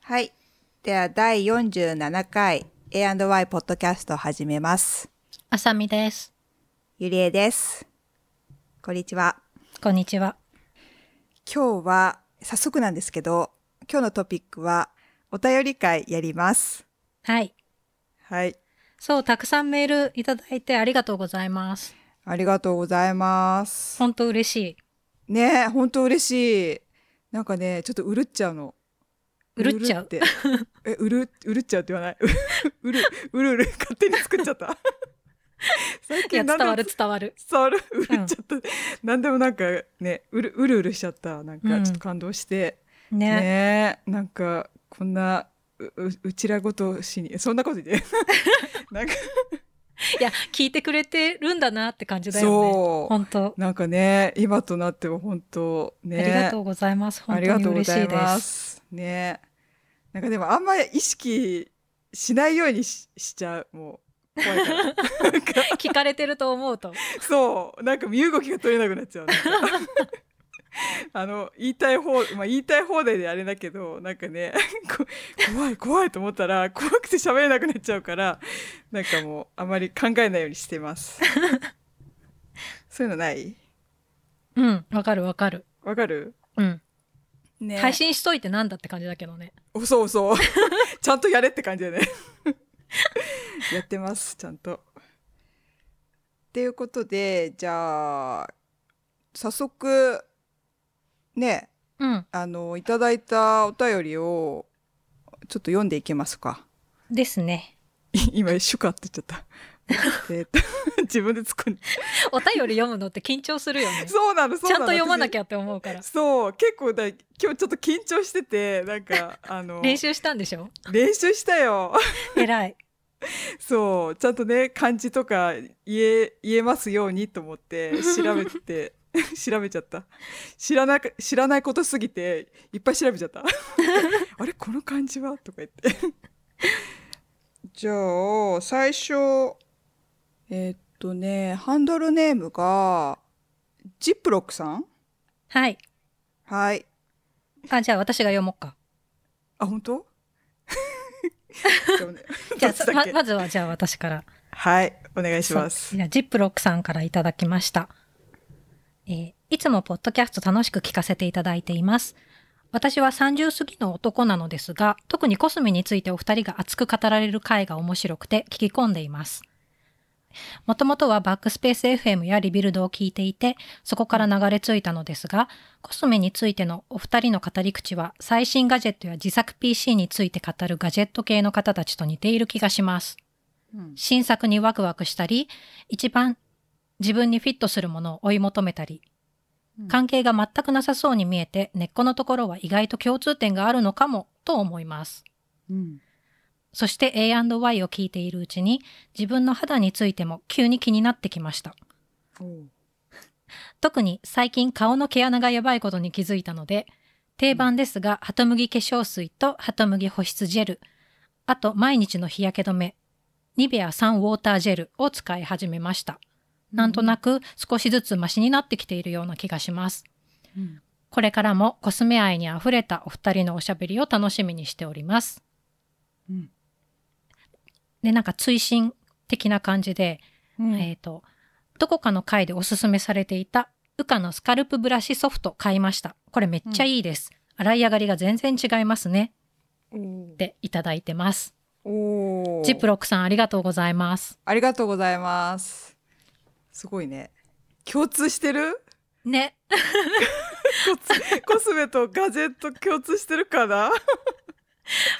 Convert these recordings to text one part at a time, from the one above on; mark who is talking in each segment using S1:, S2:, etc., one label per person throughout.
S1: はい。では、第47回 A&Y ポッドキャストを始めます。
S2: あさみです。
S1: ゆりえです。こんにちは。
S2: こんにちは。
S1: 今日は、早速なんですけど、今日のトピックは、お便り会やります。
S2: はい。
S1: はい。
S2: そう、たくさんメールいただいてありがとうございます。
S1: ありがとうございます。
S2: ほんと嬉しい。
S1: ねえ、ほんと嬉しい。なんかね、ちょっとうるっちゃうの。
S2: うるっちゃう
S1: て。え、うる、うるっちゃうって言わない。うる、うるうる、勝手に作っちゃった。最
S2: いや、
S1: 近な
S2: 伝
S1: んで
S2: わる伝わる。
S1: 触るうるっ ちゃった、なんでもなんかねうるうるうるしちゃったなん
S2: う
S1: か
S2: ん
S1: ちょっと感動して、
S2: ね。
S1: ねえなんかこんなうううちらごとしにそんなこと言って なんか
S2: いや、聞いてくれてるんだなって感じだよね。
S1: そう
S2: ほんと。
S1: なんかね今となっては本当
S2: あ
S1: ね
S2: りがとうございます。
S1: あ
S2: 本
S1: り
S2: 当
S1: が
S2: に
S1: とうご
S2: 嬉
S1: ざ
S2: し
S1: い
S2: いで。
S1: ますすねなんかでもあんまり意識しないようにししちゃうもう怖いから なんか
S2: 聞かれてると思うと。
S1: そうなんか身動きが取れなくなっちゃうなんかあの言いたい方、まあ、言いたい放題であれだけどなんかねこ怖い怖いと思ったら怖くて喋れなくなっちゃうからなんかもうあまり考えないようにしてますそういうのない
S2: うん、わかるわかる。
S1: わかる
S2: うん。
S1: ね
S2: 配信しといてなんだって感じだけどね。
S1: おそうそう ちゃんとやれって感じだね やってますちゃんとっていうことでじゃあ早速ね
S2: うん。
S1: あのいただいたお便りをちょっと読んでいけますか
S2: ですね。
S1: 今「シュカ」って言っちゃったえ ーっと自分で突っ込んで
S2: お便り読むのって緊張するよね。
S1: そうなのそう
S2: ち
S1: な
S2: ゃ
S1: んの
S2: と読まなき
S1: ゃ
S2: ゃって思うから。
S1: そう結構だ今日ちょっと緊張しててなんかあの
S2: 練習したんでしょ
S1: 練習したよ
S2: 偉い。
S1: そうちゃんとね漢字とか言え言えますようにと思って調べ て調べちゃった知らなく知らないことすぎていっぱい調べちゃった あれこの漢字はとか言ってじゃあ最初えーっとねハンドルネームがジップロックさん
S2: はい。
S1: はい
S2: あ、じゃあ私が読もうか。
S1: あ本 当でもね
S2: じ
S1: ど
S2: ゃ
S1: っち
S2: あ、
S1: だっ
S2: ま
S1: け
S2: まずはじゃあ私から。
S1: はいお願いします
S2: そうじゃあジップロックさんからいただきました。えーいつもポッドキャスト楽しく聞かせていただいています。私は30過ぎの男なのですが、特にコスメについてお二人が熱く語られる回が面白くて聞き込んでいます。もともとはバックスペース FM やリビルドを聞いていて、そこから流れ着いたのですが、コスメについてのお二人の語り口は、最新ガジェットや自作 PC について語るガジェット系の方たちと似ている気がします。
S1: うん
S2: 新作にワクワクしたり、一番自分にフィットするものを追い求めたり、
S1: うん
S2: 関係が全くなさそうに見えて、根っこのところは意外と共通点があるのかもと思います。
S1: うん
S2: そして A&Y を聞いているうちに、自分の肌についても急に気になってきました。
S1: おう
S2: 特に最近顔の毛穴がやばいことに気づいたので、定番ですが、ハトムギ化粧水とハトムギ保湿ジェル、あと毎日の日焼け止め、ニベア3ウォータージェルを使い始めました。なんとなく少しずつマシになってきているような気がします。
S1: うん
S2: これからもコスメ愛に溢れたお二人のおしゃべりを楽しみにしております。
S1: うん
S2: で、なんか追伸的な感じで、
S1: うん
S2: えっ、と、どこかの回でおすすめされていた、ウカのスカルプブラシソフト買いました。これめっちゃいいです。洗い上がりが全然違いますね。
S1: お
S2: っていただいてます。
S1: お
S2: ジップロックさんありがとうございます。
S1: ありがとうございますすごいね共通して る
S2: ね。
S1: コスコスメとガジェット共通してるかな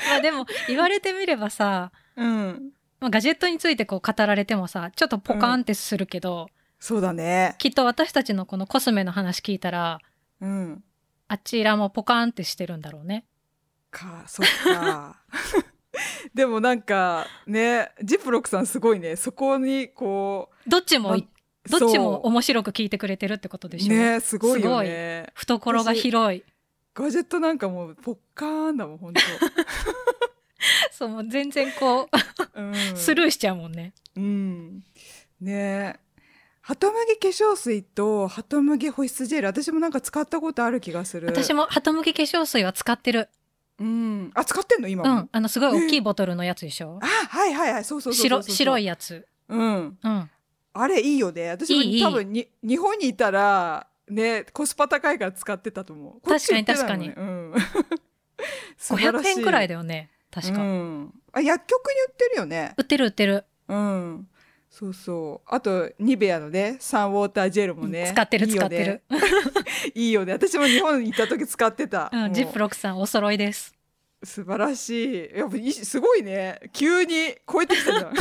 S2: まあでも、言われてみればさ、
S1: うん
S2: まあ、ガジェットについてこう語られてもさ、ちょっとポカンってするけど、
S1: そうだね
S2: きっと私たちのこのコスメの話聞いたら、
S1: うん
S2: あちらもポカンってしてるんだろうね。
S1: かそっ かでもなんかねジップロックさんすごいねそこにこ
S2: どっちもい、
S1: う
S2: どっちも
S1: そう
S2: 面白く聞いてくれてるってことでしょ。
S1: ねすごいよね
S2: 懐が広い。
S1: ガジェットなんかもうポッカーンだもん本
S2: そう、もう全然こう、
S1: 当、 うん、
S2: スルーしちゃうもんね。
S1: うん。ねえ。ハトムギ化粧水とハトムギ保湿ジェル、私もなんか使ったことある気がする。
S2: 私
S1: も。
S2: も、ハトムギ化粧水は使ってる。
S1: うん。あ、使ってんの今
S2: う
S1: も。
S2: ん、あのすごい大きいボトルのやつでしょ
S1: あ、はいはいはい。そうそうそうそう
S2: 白
S1: そう
S2: 白い。やつ、
S1: うん。
S2: うん、
S1: あれいいよね。私も
S2: いいいい
S1: 多分に日本にいたらねコスパ高いから使ってたと思う。こっち売ってないもんね
S2: 確
S1: うん。 素晴ら
S2: 500
S1: し
S2: 円くらいだよね確か、
S1: うん、あ薬局に売ってるよね
S2: 売ってる売ってる
S1: うんそうそうあとニベアのねサンウォータージェルもね
S2: 使ってる
S1: いい
S2: 使
S1: よ
S2: っ
S1: ね
S2: てる
S1: いいよね私も日本に行った時使ってた、
S2: う
S1: も
S2: ん、ジップロックさんお揃いです
S1: 素晴らしいやっぱいいすごいね急に超えてきたじゃん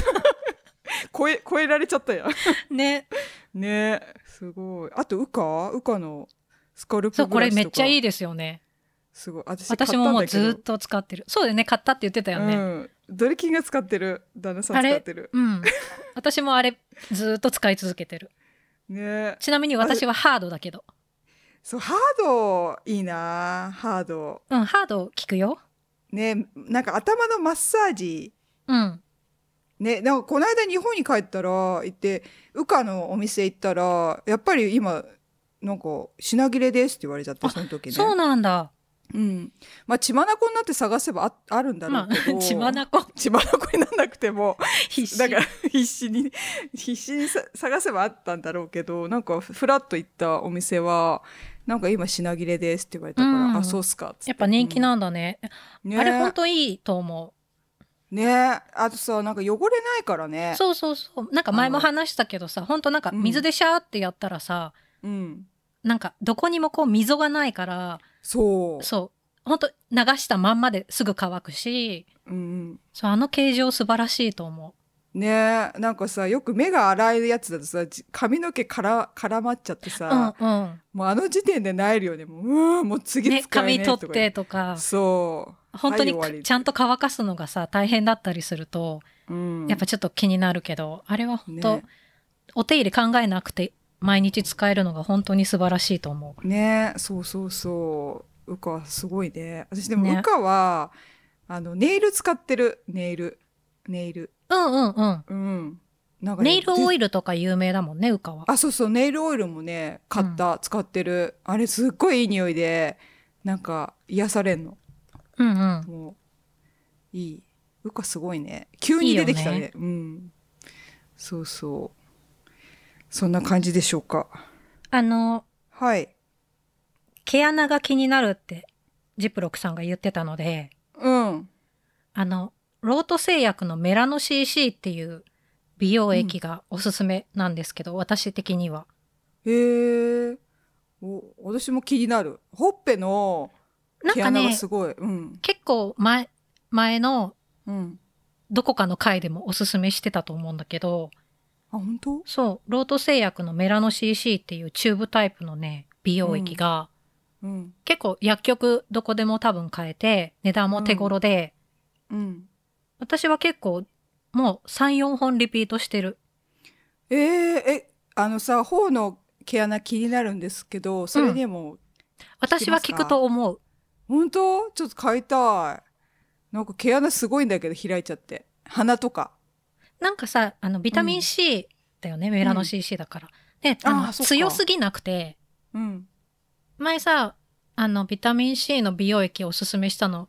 S1: 超え超えられちゃったよ
S2: ね
S1: ねすごいあとウカウカのスカルプ
S2: そうこれめっちゃい
S1: い
S2: いですよね
S1: すごい私
S2: 私ももう
S1: 買った
S2: ず
S1: んだ
S2: ー
S1: け
S2: っ
S1: ど
S2: と使ってるそうだよね買ったって言ってたよね
S1: うん、ドリキンが使ってる旦那さん使ってる
S2: うん、私もあれずーっと使い続けてる
S1: ね
S2: ちなみに私はハードだけど
S1: そうハードいいなハード
S2: うんハード効くよ
S1: ねなんか頭のマッサージ
S2: うん
S1: ねなんかこの間日本に帰ったら行って羽化のお店行ったらやっぱり今なんか品切れですって言われちゃってその時ね
S2: そうなんだ
S1: うんまあ血眼になって探せばああるんだろ
S2: ま
S1: うけ
S2: あ
S1: ど
S2: 血まなこ
S1: 血眼にならなくても
S2: 必死
S1: だから必死に必死にさ探せばあったんだろうけどなんかふらっと行ったお店はなんか今品切れですって言われたから、
S2: うん
S1: あそうっすかっつて
S2: やっぱ人気、なんだね、
S1: うんね
S2: あれほんといいと思
S1: ねあとさなんか汚れないから
S2: う
S1: ね
S2: そうそうそうなんか前も話したけどさほんとなんか水でシャーってやったらさ、
S1: う,、ん、
S2: なんかどこにもこう溝がないから
S1: そう
S2: そうほんと流したまんまですぐ乾くし
S1: うん
S2: そうあの形状素晴らしいと思
S1: ねなんかさよく目が荒いやつだとさじ髪の毛から絡まっちゃって
S2: う
S1: さ、
S2: うんうん
S1: もうあの時点で萎えるよねもううわもう次
S2: ね
S1: 使えね
S2: 髪
S1: え
S2: 取
S1: と
S2: っ
S1: か言
S2: てとか
S1: そ
S2: 本当に
S1: はい終わり
S2: ちゃんと乾かすのがさ大変だったりすると、
S1: う、うん、
S2: やっぱちょっと気になるけどあれは本当、
S1: ね
S2: お手入れ考えなくて毎日使えるのが本当に素晴らしいと思う
S1: ねそうそうそうウカすごいね私でも
S2: ね
S1: ウカは、あのネイル使ってるネイルネイル
S2: うんうんうん
S1: うんなんかね
S2: ネイルオ
S1: で
S2: イルとか有名だもんねうかは
S1: あそうそうネイルオイルもね買った、使ってるあれすっごいいい匂いでなんか癒されんの
S2: うんうん
S1: もういいウカすごいね急に出てきたね
S2: いい
S1: うんそうそうそんな感じでしょうか
S2: あの
S1: はい
S2: 毛穴が気になるってジプロックさんが言ってたので
S1: うん
S2: あのロート製薬のメラノ CC っていう美容液がおすすめなんですけど、私的には
S1: へえ。お、私も気になる。ほっぺの
S2: なん
S1: 毛
S2: か
S1: 穴が
S2: ね
S1: すごい。うん。
S2: 結構前前の
S1: うん。
S2: どこかの回でもおすすめしてたと思うんだけど
S1: あ、本当？
S2: そうロート製薬のメラノ CC っていうチューブタイプのね美容液が、
S1: うん。
S2: 結構薬局どこでも多分買えて値段も手頃で、
S1: うん。
S2: 私は結構もう34本リピートしてる
S1: えー、え、あのさ、頬の毛穴気になるんですけど、それでも、
S2: 私は
S1: 聞き
S2: 聞
S1: ますか
S2: くと思う
S1: 本当？ちょっと買いたい。なんか毛穴すごいんだけど開いちゃって。鼻とか。
S2: なんかさあのビタミン C だよね、メラノ CC だから。であの
S1: あーそっか
S2: 強すぎなくて
S1: うん。
S2: 前さあのビタミン C の美容液をおすすめしたの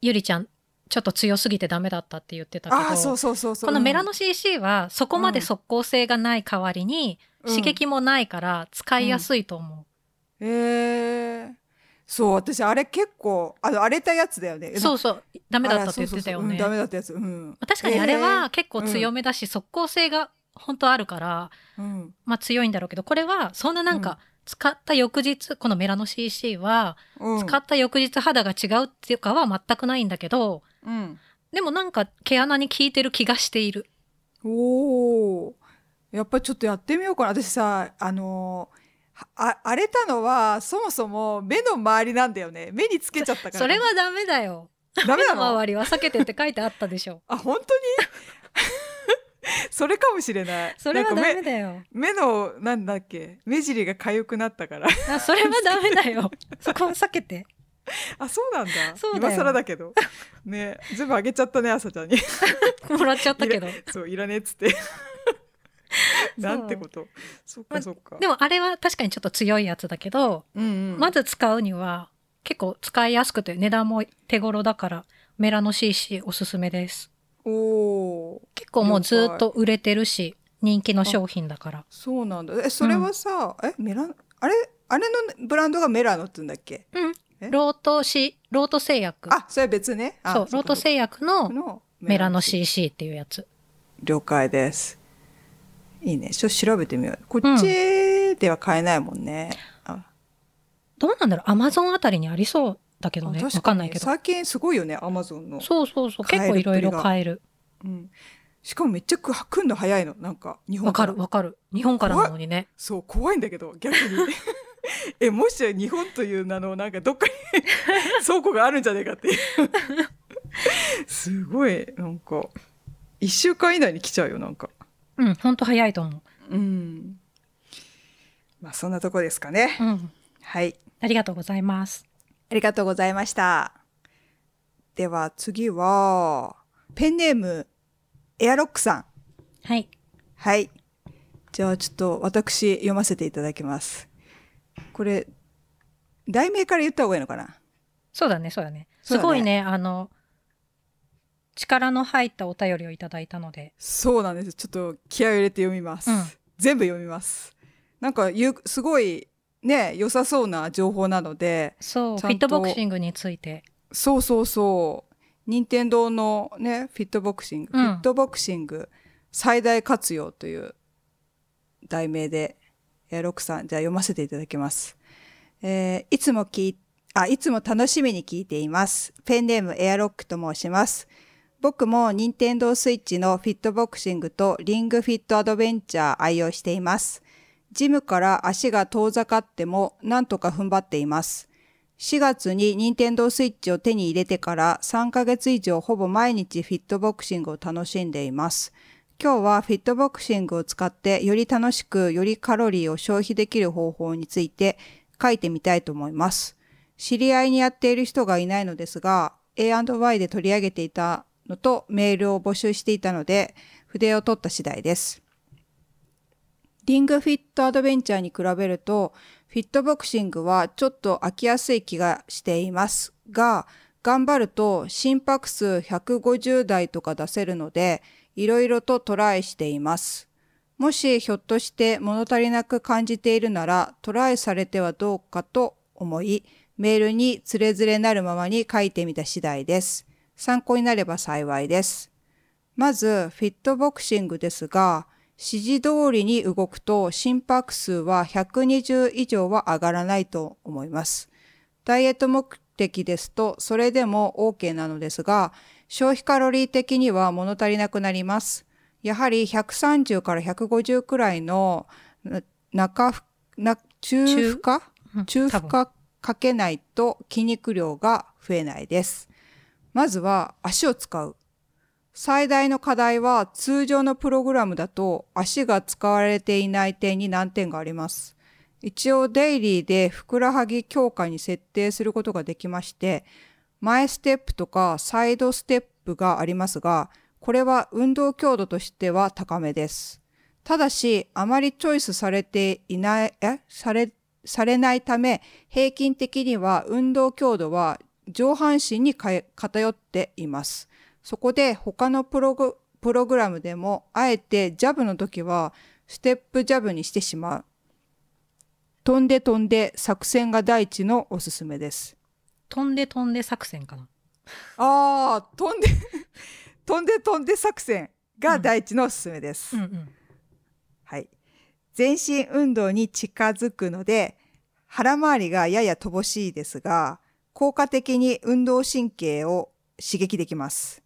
S2: ゆりちゃんちょっと強すぎてダメだったって言ってたけど
S1: ああ、そうそうそうそう。
S2: このメラ
S1: の
S2: ノ CC はそこまで即効性がない代わりに、刺。激もないから使いやすいと思う。
S1: うんえー。そう、私あれ結構、あの荒れたやつだよね。、
S2: そううそう
S1: ダ
S2: ダメだったって言ってたよね。
S1: ダメだったやつ。うん。
S2: 確かにあれは結構
S1: うん
S2: 強めだし、即効性が本当あるから、
S1: うん。
S2: まあ強いんだろうけどこれはそんななん
S1: うん
S2: か使った翌日、このメラノ CC は
S1: うん
S2: 使った翌日肌が違うっていうかは全くないんだけど
S1: うん、
S2: でもなんか毛穴に効いてる気がしている。
S1: おおやっぱちょっとやってみようかな私さあのーあ荒れたのはそもそも目の周りなんだよね目につけちゃったから
S2: それはダメだよ。
S1: ダメ
S2: 目の
S1: なの
S2: 周りは避けてって書いてあったでしょ。
S1: あ本当にそれかもしれ ない
S2: それはダ
S1: なん
S2: メ
S1: か
S2: だよ。
S1: 目目のなんだっけ目尻が痒くなったから
S2: あそれはダメだよ。 そこは避けて。
S1: あそうなんだ
S2: そうだよ
S1: 今更だけどね全部あげちゃったね朝ちゃんに
S2: もらっちゃったけど。
S1: そういらねえっつって なんてことそっかそっか、
S2: でもあれは確かにちょっと強いやつだけど、
S1: うんうん
S2: まず使うには結構使いやすくて値段も手頃だからメラノ CC おすすめです。
S1: おおー
S2: 結構もうずっと売れてるし人気の商品だから。
S1: そうなんだえそれはさ、えメラあれあれのブランドがメラノって言うんだっけえ
S2: ロートし、ロート製薬。
S1: あそれは別ねあ
S2: そう、ロート製薬の
S1: の
S2: メラノ CC っていうやつ。
S1: 了解ですいいねちょっと調べてみようこっちでは買えないもんね、あ
S2: どうなんだろうアマゾンあたりにありそうだけどね。
S1: あ
S2: わ
S1: 確
S2: かんないけど。
S1: 最近すごいよねアマゾンの
S2: そうそうそう。
S1: 買
S2: 結
S1: え
S2: 構
S1: る
S2: いろいろ
S1: っぷりが
S2: 買える。
S1: うん、しかもめっちゃく来んの早いのなんか日本
S2: わ
S1: か
S2: からるわかる。日本からなのにね。
S1: そう怖いんだけど逆 にえもし日本という名のなんかどっかに 倉庫があるんじゃねえかっていうすごいなんか1週間以内に来ちゃうよなんか
S2: うん、ほんと早いと思
S1: うんまあそんなとこですかね
S2: う。うん。
S1: はい
S2: ありがとうございます。
S1: ありがとうございましたでは次はペンネームエアロックさん
S2: はい。
S1: はい。じゃあちょっと私読ませていただきます。これ、題名から言った方がいいのかな
S2: そうだね、そうだね。
S1: そうだ
S2: す
S1: ね
S2: ごいね、あの、力の入ったお便りをいただいたので。
S1: そうなんです。ちょっと気合を入れて読みます。
S2: うん
S1: 全部読みます。なんかゆ、すごい、ね、良さそうな情報なので、
S2: そう、
S1: ち
S2: フ
S1: ゃんと
S2: ィットボクシングについて。
S1: そうそうそう。任天堂のね、フィットボクシング、
S2: うん
S1: フィットボクシング最大活用という題名で、えーロックさん、じゃあ読ませていただきます。えーいつも聞い、あ、いつも楽しみに聞いています。ペンネームエアロックと申します。僕も任天堂スイッチのフィットボクシングとリングフィットアドベンチャー愛用しています。ジムから足が遠ざかってもなんとか踏ん張っています。4月に任天堂スイッチを手に入れてから3ヶ月以上ほぼ毎日フィットボクシングを楽しんでいます。今日はフィットボクシングを使ってより楽しくよりカロリーを消費できる方法について書いてみたいと思います。知り合いにやっている人がいないのですが、A&Y で取り上げていたのとメールを募集していたので、筆を取った次第です。リングフィットアドベンチャーに比べると、フィットボクシングはちょっと飽きやすい気がしていますが、頑張ると心拍数150台とか出せるので、いろいろとトライしています。もしひょっとして物足りなく感じているなら、トライされてはどうかと思い、メールにつれづれなるままに書いてみた次第です。参考になれば幸いです。まず、フィットボクシングですが、指示通りに動くと心拍数は120以上は上がらないと思います。ダイエット目的ですと、それでも OK なのですが、消費カロリー的には物足りなくなります。やはり130から150くらいのな中ふな中負荷
S2: うん
S1: 中負
S2: 多分
S1: 荷かけないと筋肉量が増えないです。まずは足を使う。最大の課題は通常のプログラムだと足が使われていない点に難点があります。一応デイリーでふくらはぎ強化に設定することができまして、前ステップとかサイドステップがありますが、これは運動強度としては高めです。ただし、あまりチョイスされていない、えされ、されないため、平均的には運動強度は上半身にかえ偏っています。そこで他のプログプログラムでも、あえてジャブの時はステップジャブにしてしまう。飛んで飛んで作戦が第一のおすすめです。
S2: 飛んで飛んで作戦かな。
S1: ああ、飛んで、 飛んで飛んで作戦が第一のおすすめです。
S2: うんうん。
S1: はい。全身運動に近づくので、腹回りがやや乏しいですが、効果的に運動神経を刺激できます。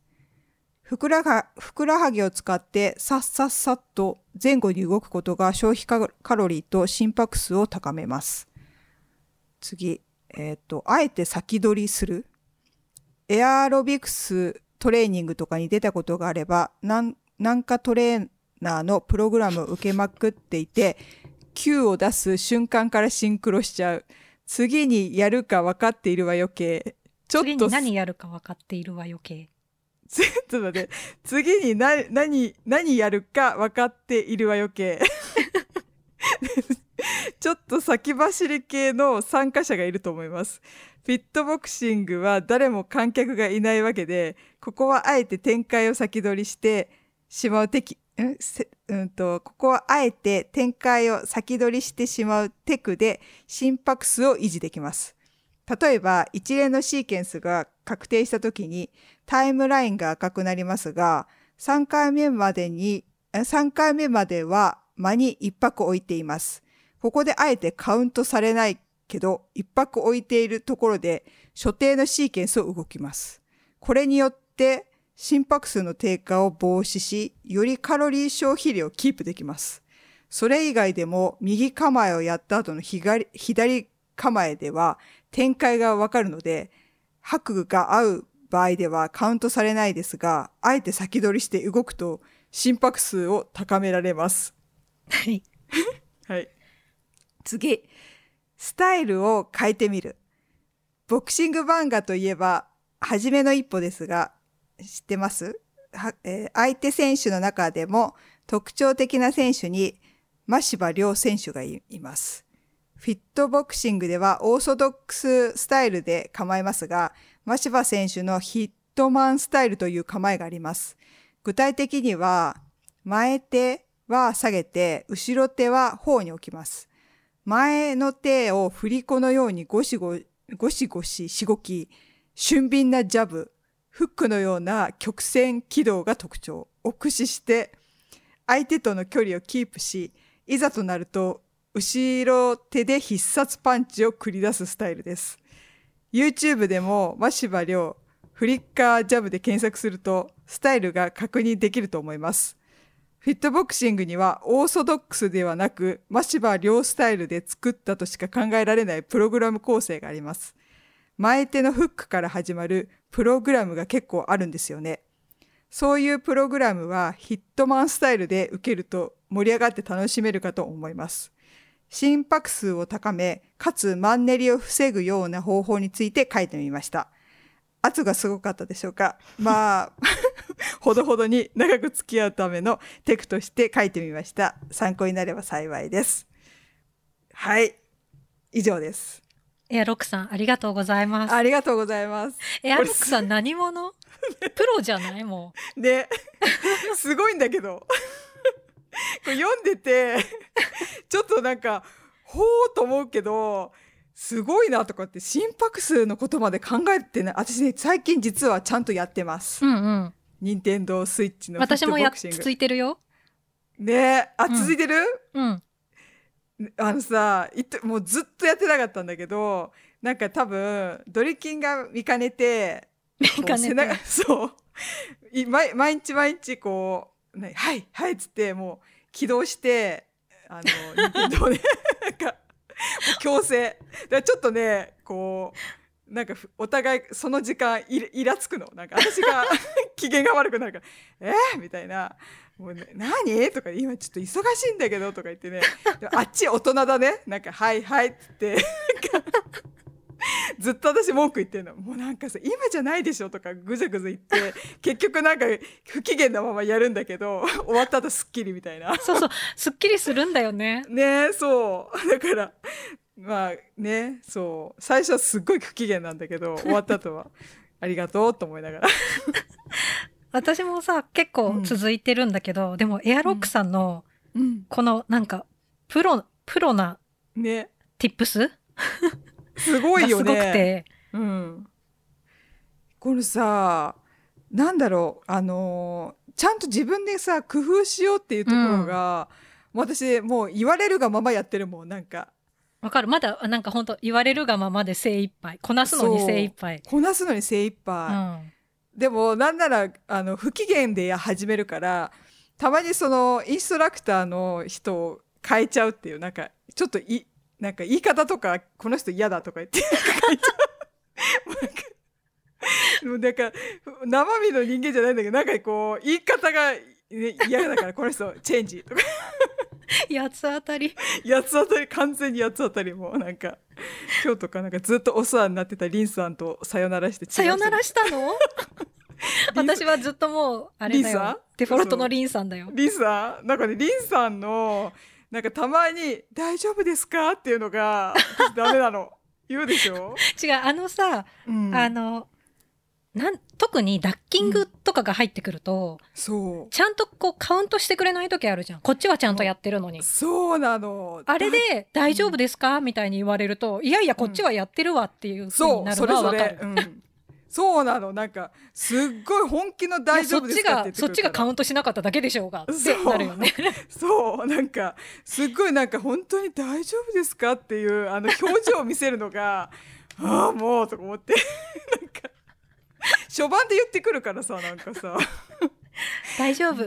S1: ふくらはふくらはぎを使ってさっさっさっと前後に動くことが消費カカロリーと心拍数を高めます。次、えっ、と、あえて先取りする。エアロビクストレーニングとかに出たことがあれば、なんなんかトレーナーのプログラムを受けまくっていて、Q を出す瞬間からシンクロしちゃう。次にやるか分かっているわ余計。ちょっ
S2: 次
S1: と
S2: に何やるか分かっているわ余計。
S1: ちょっと待って次にな何何やるか分かっているわよ計 ちょっと先走り系の参加者がいると思いますフィットボクシングは誰も観客がいないわけで、ここはあえて展開を先取りしてしまうテキ、んせうんと、ここはあえて展開を先取りしてしまうテクで心拍数を維持できます。例えば、一連のシーケンスが確定したときに、タイムラインが赤くなりますが、3回目までに、え3回目までは間に1拍置いています。ここであえてカウントされないけど、1拍置いているところで、所定のシーケンスを動きます。これによって、心拍数の低下を防止し、よりカロリー消費量をキープできます。それ以外でも、右構えをやった後の左左構えでは、展開がわかるので、拍が合う場合ではカウントされないですが、あえて先取りして動くと心拍数を高められます。
S2: はい。
S1: はい。次、スタイルを変えてみる。ボクシング漫画といえば、初めの一歩ですが、知ってますは、えー相手選手の中でも特徴的な選手に、真柴良選手がいいます。フィットボクシングではオーソドックススタイルで構えますが、真柴選手のヒットマンスタイルという構えがあります。具体的には、前手は下げて、後ろ手は頬に置きます。前の手を振り子のようにゴシゴゴシゴシしごき、俊敏なジャブ、フックのような曲線軌道が特徴を駆使して、相手との距離をキープし、いざとなると、後ろ手で必殺パンチを繰り出すスタイルです。YouTube でも、真柴亮、フリッカージャブで検索すると、スタイルが確認できると思います。フィットボクシングには、オーソドックスではなく、真柴亮スタイルで作ったとしか考えられないプログラム構成があります。前手のフックから始まるプログラムが結構あるんですよね。そういうプログラムはヒットマンスタイルで受けると盛り上がって楽しめるかと思います。心拍数を高め、かつマンネリを防ぐような方法について書いてみました。圧がすごかったでしょうかまあ、ほどほどに長く付き合うためのテクとして書いてみました。参考になれば幸いです。はい。以上です。
S2: いや、ロックさん、ありがとうございます。
S1: ありがとうございます。
S2: え、ア
S1: こ
S2: ロッ
S1: れ
S2: クさん、何者 プロじゃないも
S1: ですごいんだけどこれ読んでてちょっとなんかほうと思うけどすごいなとかって心拍数のことまで考えてない私ね最近実はちゃんとやってます
S2: う。うんうん。
S1: 任天堂スイッチのフィッ
S2: 私
S1: ト
S2: もや
S1: ボ
S2: っ
S1: クシング
S2: ついてるよ。
S1: ねあ
S2: うん
S1: 続いてる、
S2: うん。
S1: あのさいってもうずっとやってなかったんだけどなんか多分ドリキンが見かねて
S2: 見かねて
S1: こう背中そうい毎毎日毎日こう、ね、はいはいっつってもう起動してあの任天堂で なんかもう強制だからちょっとねこうなんかふお互いその時間イライラつくのなんか私が 機嫌が悪くなるから「えー、みたいな「もう、ね、何?」とか「今ちょっと忙しいんだけど」とか言ってねでもあっち大人だねなんか「はいはい」っつってずっと私文句言ってるのもうなんかさ今じゃないでしょとかぐずぐず言っ て結局なんか不機嫌なままやるんだけど 終わった後すっきりみたいな
S2: そうそう。すっきりするんだよね。
S1: ねえそうだからまあねそう最初はすっごい不機嫌なんだけど終わった後は ありがとうと思いながら
S2: 私もさ、結構続いてるんだけど、でもエアロックさんの、このなんか、プロ、プロな
S1: ね
S2: tips
S1: すご
S2: が
S1: い
S2: す
S1: よ
S2: ご
S1: ね
S2: くて、
S1: うん、このさなんだろうあのーちゃんと自分でさ工夫しようっていうところが、もう私もう言われるがままやってるもんなんか
S2: わかる。まだ、なんか本当言われるがままで精一杯。こなすのに精一杯。
S1: こなすのに精一
S2: う
S1: 杯、
S2: ん。
S1: でもなんならあの不機嫌でや始めるからたまにそのインストラクターの人を変えちゃうっていうなんかちょっといなんか言い方とかこの人嫌だとか言 って変えちゃう。もうなんかもうなんか生身の人間じゃないんだけどなんかこう言い方が、ね、嫌だからこの人チェンジとか
S2: 八つ当たり。
S1: 八つ当たり完全に八つ当たりもうなんか今日とかなんかずっとお世話になってたリンさんとさよならして違う人
S2: さよならした の
S1: リン
S2: 私はずっともう、あ
S1: リ
S2: れだ
S1: ンさん
S2: よ。デフォルトのリンさんだよ。
S1: リンさんなんかねリンさんのなんかたまに「大丈夫ですか?」っていうのが私ダメなの 言うでしょ、
S2: 違う、あのさ、
S1: うん、
S2: あの、なん、特にダッキングとかが入ってくると、
S1: そ
S2: ちゃんとこうカウントしてくれない時あるじゃん。こっちはちゃんとやってるのに
S1: う。そうなの
S2: あれで大丈夫ですかみたいに言われると、いやいや、こっちはやってるわっていう風に
S1: そ
S2: な
S1: う
S2: る
S1: そ
S2: の
S1: れ
S2: は
S1: ぞ
S2: わかる
S1: れ、。うん、そうなのなんかすっごい本気の大丈夫ですかって
S2: い
S1: 言
S2: や
S1: って
S2: そっちがそっちがカ
S1: ン
S2: ウントしなかっただけでしょうがって
S1: そう
S2: なるよ ね
S1: そうなんかすっごいなんか本当に大丈夫ですかっていうあの表情を見せるのがああもうとか思ってなんか初版で言ってくるからさなんかさ
S2: 大丈 夫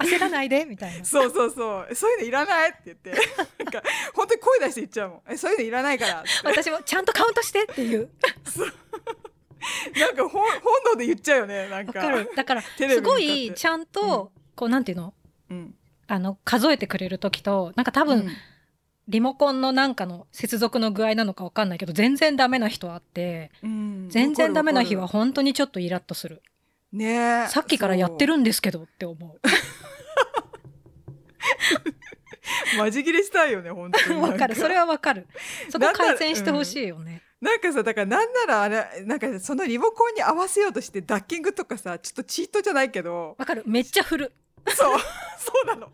S2: 焦らないでみたいな
S1: そうそうそうそういうのいらないって言ってなんか本当に声出して言っちゃうもんえそういうのいらないからって
S2: 私もちゃんとカウントしてっていう
S1: なんか本本能で言っちゃうよねなん
S2: わ
S1: か
S2: かるだから
S1: テレビ
S2: す
S1: に向かっ
S2: ご
S1: て
S2: いちゃんとこうなんていうの
S1: うん
S2: あの数えてくれる時となんか多
S1: うん
S2: 分リモコンのなんかの接続の具合なのかわかんないけど全然ダメな日とあって
S1: うん
S2: 全然ダメな日は
S1: わか
S2: 本当にちょっとイラッとする
S1: るねえ
S2: さっきからやってるんですけどって思
S1: そうマジ切れしたいよね本当
S2: う
S1: に
S2: わかるそれ
S1: は
S2: はわかるそこ改善してほしいよね
S1: なんかさだからなんならあれなんかそのリモコンに合わせようとしてダッキングとかさちょっとチートじゃないけど
S2: わかるめっちゃ振る
S1: そう そうなの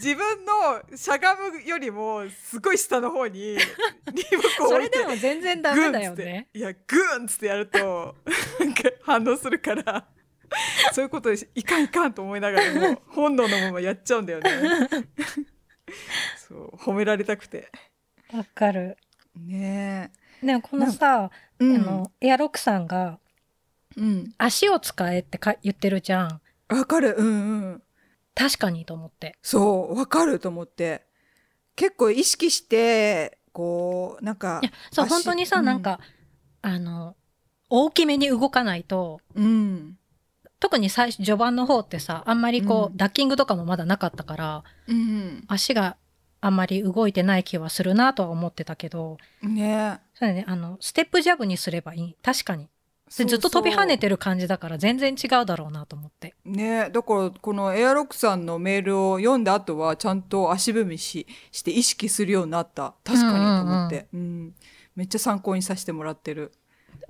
S1: 自分のしゃがむよりもすごい下の方にリモコンを
S2: そ
S1: 置
S2: れ
S1: いて
S2: でも全然ダメだよね。
S1: グーンっつっていやグーンっつってやる となんか反応するからそういうことでいかんいかんと思いながらもう本能のままやっちゃうんだよ ねそう褒められたくて
S2: わかる。
S1: ね
S2: ねこのさ、
S1: え、う
S2: あのエアロックさんが
S1: うん
S2: 足を使えってか言ってるじゃん。
S1: わかるうんうん
S2: 確かにと思って。
S1: そうわかると思って結構意識してこうなんか
S2: いやそう
S1: 足
S2: 本当にさ、
S1: うん
S2: なんかあの大きめに動かないと。
S1: うん
S2: 特に最初序盤の方ってさあんまりこう、
S1: うん
S2: ダッキングとかもまだなかったから
S1: うん
S2: 足があんまり動いてない気はするなとは思ってたけど
S1: ね
S2: そうだねあのステップジャブにすればいい確かに
S1: そう
S2: ずっと飛び跳ね
S1: そう
S2: てる感じだから全然違うだろうなと思って
S1: ねだからこのエアロックさんのメールを読んだ後はちゃんと足踏みしして意識するようになった確かにと思って、うんめっちゃ参考にさせてもらってる、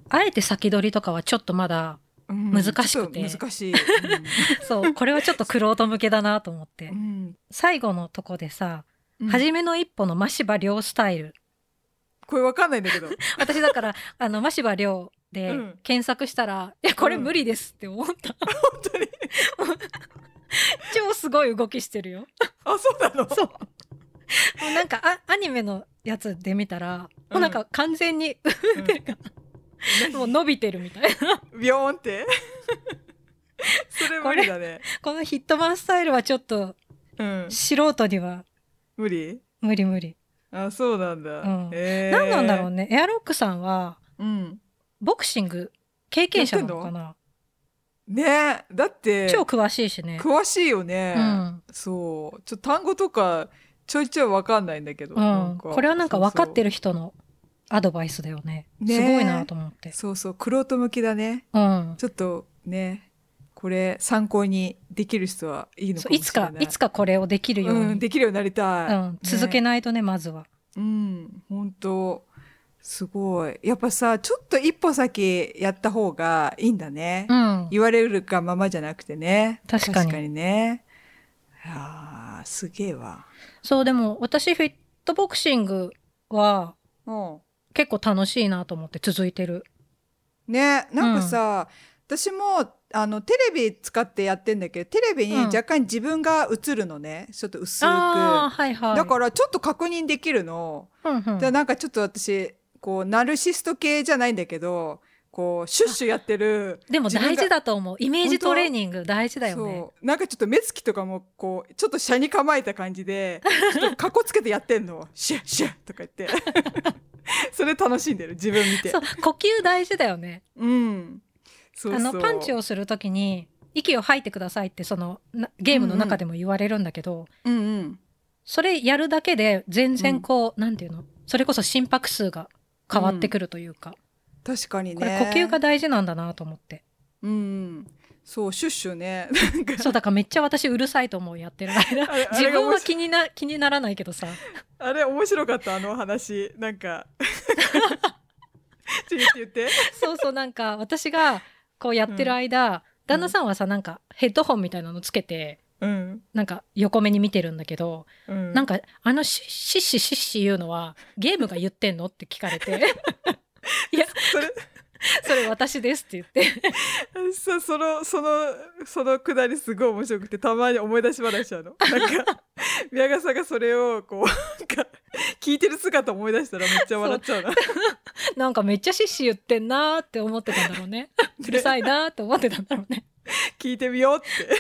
S2: あえて先取りとかはちょっと まだ
S1: うん
S2: 難しくて
S1: ちょっと難しい、
S2: そうこれはちょっと玄人向けだなと思っ
S1: う
S2: て
S1: ん
S2: 最後のとこでさ
S1: うん
S2: 初めの一歩の真柴亮スタイル
S1: これわかんないんだけ ど
S2: 私だから あの真柴亮で
S1: うん
S2: 検索したら、いやこれ無理ですって思った、
S1: 本当に
S2: 超すごい動きしてるよ
S1: あそうなの
S2: そうもうなんかあアニメのやつで見たら、
S1: うん
S2: もうなんか完全に 腕が、もう伸びてるみたいな
S1: ビヨーンって それ無理だね、
S2: このヒットマンスタイルはちょっと
S1: うん、
S2: 素人には
S1: 無理
S2: 無理無理、
S1: あそうなんだ、
S2: うん
S1: え
S2: 何なんだろうねエアロックさんは
S1: うん
S2: ボクシング経験者なのかな
S1: ねだって
S2: 超詳しいしね。
S1: 詳しいよね、
S2: うん
S1: そうちょっと単語とかちょいちょいわかんないんだけど、
S2: うん、これはなんか分かって
S1: る
S2: る人のアドバイスだよね。
S1: ね
S2: すごいなと思って。
S1: そうそうくろと向きだね
S2: うん、
S1: ちょっとねこれ参考にできる人はいいのか
S2: そう
S1: も
S2: い
S1: し
S2: つ
S1: れな
S2: か
S1: い
S2: いつかこれをできるように、
S1: うん、できるようになりたい、
S2: うん続け
S1: ね
S2: ないとねまずは。
S1: うん本当すごいやっぱさちょっと一歩先やった方がいいんだね、
S2: うん、
S1: 言われるがままじゃなくてね
S2: 確かに
S1: ねいやーすげえわ
S2: そうでも私フィットボクシングは
S1: うん
S2: 結構楽しいなと思って続いてる。
S1: ねなんかさ、私もあのテレビ使ってやってんだけどテレビに
S2: うん
S1: 若干自分が映るのねちょっと薄く、
S2: ああはいはい。
S1: だからちょっと確認できるの、
S2: ら、うんうん
S1: じゃあなんかちょっと私こうナルシスト系じゃないんだけどこうシュッシュやってる
S2: でも
S1: 自分
S2: 大
S1: が
S2: 事だと思う。イメージトレーニング大事だよね。
S1: そうなんかちょっと目つきとかもこうちょっと斜に構えた感じでちょっとかっこつけてやってん のシュッシュッとか言ってそれ楽しんでる自分見て
S2: そう呼吸大事だよね。
S1: うんそうそう
S2: あのパンチをするときに息を吐いてくださいってそのなゲームの中でも言われるんだけど、
S1: うんうん
S2: それやるだけで全然こう、なんていうのそれこそ心拍数が変わってくるというか、
S1: 確かにね
S2: これ呼吸が大事なんだなと思って、
S1: うんそうシュッシュねなんか
S2: そうだからめっちゃ私うるさいと思うやってる間
S1: あれあ
S2: 自
S1: れが
S2: 分
S1: 面
S2: は
S1: 白
S2: 気にな気にならないけどさ
S1: あれ面白かったあの話なんかちょ言って言って。
S2: そうそうなんか私がこうやってる間、旦那さんはさなんかヘッドホンみたいなのつけて
S1: うん。
S2: なんか横目に見てるんだけど、
S1: うん。
S2: なんかあのシッシッシッシッシ言うのはゲームが言ってんのって聞かれて
S1: それ
S2: それ私ですって言って
S1: そそのそのそのくだりすごい面白くてたまに思い出し話なのなんか宮川さんがそれをこうなんか聞いてる姿思い出したらめっちゃ笑っちゃうな
S2: なんかめっちゃシッシ言ってんなーって思ってたんだろうねうるさいなーって思ってたんだろうね
S1: 聞いてみようって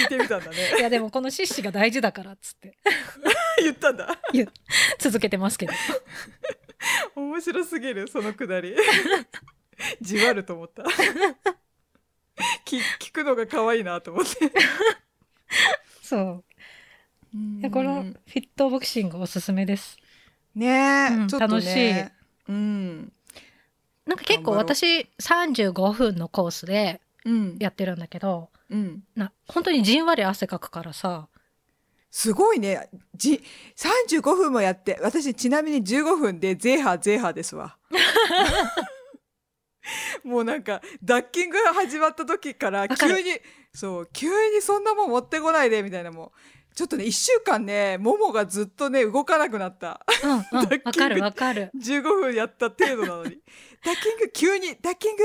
S1: 聞いてみたんだ ね
S2: いやでもこのシッシが大事だからっつって
S1: 言ったんだ
S2: 続けてますけど
S1: 面白すぎるそのくだ りじわると思った聞聞くのが可愛いなと思って
S2: そういやこのフィットボクシングおすすめです
S1: ねえ、
S2: うん
S1: ちょっと、ね、
S2: 楽しい
S1: うん
S2: なんか結構
S1: 頑張ろ
S2: 私35分のコースで
S1: うん
S2: やってるんだけど
S1: うん
S2: な本当にじんわり汗かくからさ
S1: すごいね。じ、35分もやって、私ちなみに15分でゼーハーゼーハーです わ。もうなんか、ダッキングが始まった時から
S2: わかる
S1: 急に、そう、急にそんなもん持ってこないで、みたいなもう。ちょっとね、1週間ね、ももがずっとね、動かなくなった。
S2: うんうん
S1: ッキング
S2: わかるわかる
S1: 15分やった程度なの に。ダッキング急に、ダッキング、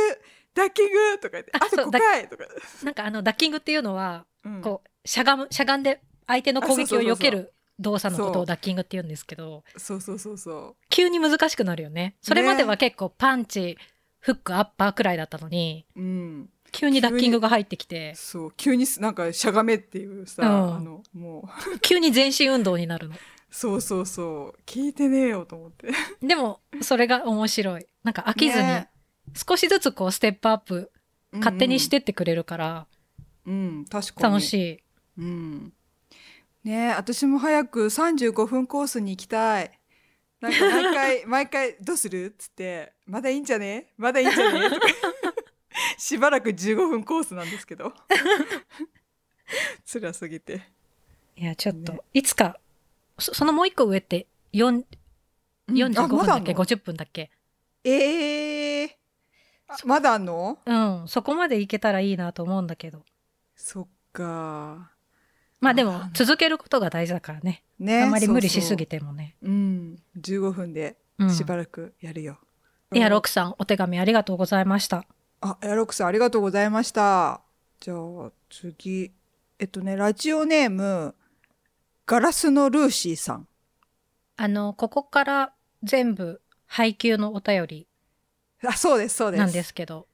S1: ダッキングとか言って、
S2: あ
S1: あと
S2: そう
S1: 5回とか。
S2: なんかあのダッキングっていうのは
S1: うん
S2: こうしゃがむしゃがんで相手の攻撃を
S1: あそうそうそうそう
S2: 避ける動作のこと
S1: そ
S2: を
S1: う
S2: ダッキングって言うんですけど
S1: そうそうそうそう。
S2: 急に難しくなるよねそれまでは結構パンチフックアッパーくらいだったのに
S1: うん。
S2: 急にダッキングが入ってきて
S1: そう急にすなんかしゃがめっていうさ、
S2: うん
S1: あのもう
S2: 急に全身運動になるの
S1: そうそうそう聞いてねえよと思って
S2: でもそれが面白いなんか飽きずに
S1: ね
S2: 少しずつこうステップアップ勝手にしてってくれるから
S1: うん、うんうん確かに
S2: 楽し
S1: い、
S2: い、
S1: うん、ねえ私も早く35分コースに行きたいなんか毎 回毎回どうするっつってまだいいんじゃねまだいいんじゃね とかしばらく15分コースなんですけど 辛すぎて
S2: いやちょっと、
S1: ね
S2: いつかそそのもう一個上って4
S1: うん
S2: 45
S1: あま
S2: 分
S1: だ
S2: だ
S1: あ
S2: っ
S1: ん
S2: け、
S1: の
S2: 50分だっけ
S1: ええあまだあんの
S2: うんそこまでいけたらいいなと思うんだけど
S1: そっか
S2: まあで
S1: あ
S2: も続けることが大事だからね
S1: ね
S2: あんまり無理しすぎ
S1: て
S2: てもね
S1: うん15分で
S2: うん
S1: しばらくやるよ、
S2: いやロクさんお手紙ありがとうございました
S1: あエアロックさんありがとうございましたじゃあ次えっとねラジオネームガラスのルーシーさん
S2: あのここから全部配給のお便り
S1: あそうですそうです
S2: なんですけど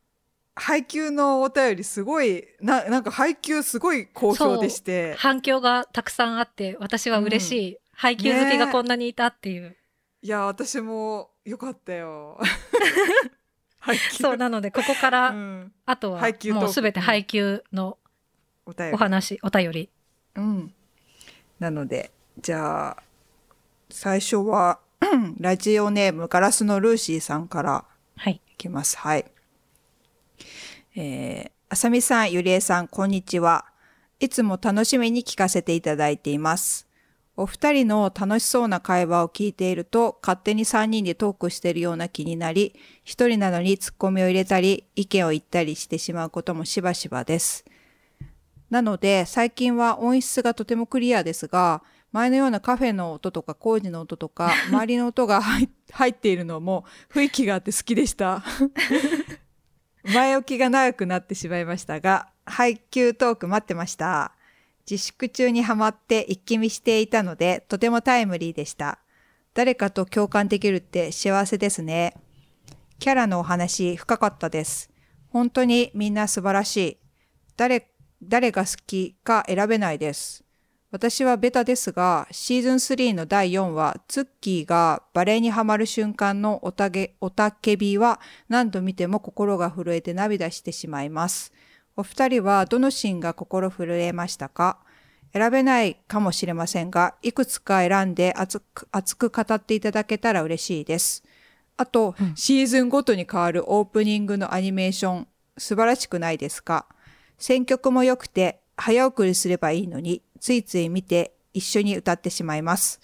S1: 配給のお便りすごいななんか配給すごい好評でして
S2: 反響がたくさんあって私は嬉しい、配給好きがこんなにいたっていう、
S1: いや私もよかったよ 配給
S2: そうなの でここか
S1: う
S2: ら
S1: ん、
S2: あとは
S1: 配給トーク
S2: もうすべて配給の
S1: お便り
S2: お話お便り
S1: うん。なので、じゃあ、最初は、 ラジオネームガラスのルーシーさんから
S2: はい
S1: いきます。はい。えー、あさみさん、ゆりえさん、こんにちは。いつも楽しみに聞かせていただいています。お二人の楽しそうな会話を聞いていると、勝手に三人でトークしているような気になり、一人なのにツッコミを入れたり、意見を言ったりしてしまうこともしばしばです。なので、最近は音質がとてもクリアですが、前のようなカフェの音とか工事の音とか、周りの音が入入っているのも雰囲気があって好きでした。前置きが長くなってしまいましたが、配給トーク待ってました。自粛中にハマって一気見していたので、とてもタイムリーでした。誰かと共感できるって幸せですね。キャラのお話深かったです。本当にみんな素晴らしい。誰、誰が好きか選べないです。私はベタですが、シーズン3の第4話、ツッキーがバレエにハマる瞬間のおたげ、おたけびは何度見ても心が震えて涙してしまいます。お二人はどのシーンが心震えましたか選べないかもしれませんが、いくつか選んで熱く、熱く語っていただけたら嬉しいです。あと、シーズンごとに変わるオープニングのアニメーション、素晴らしくないですか選曲も良くて、早送りすればいいのに、ついつい見て一緒に歌ってしまいます。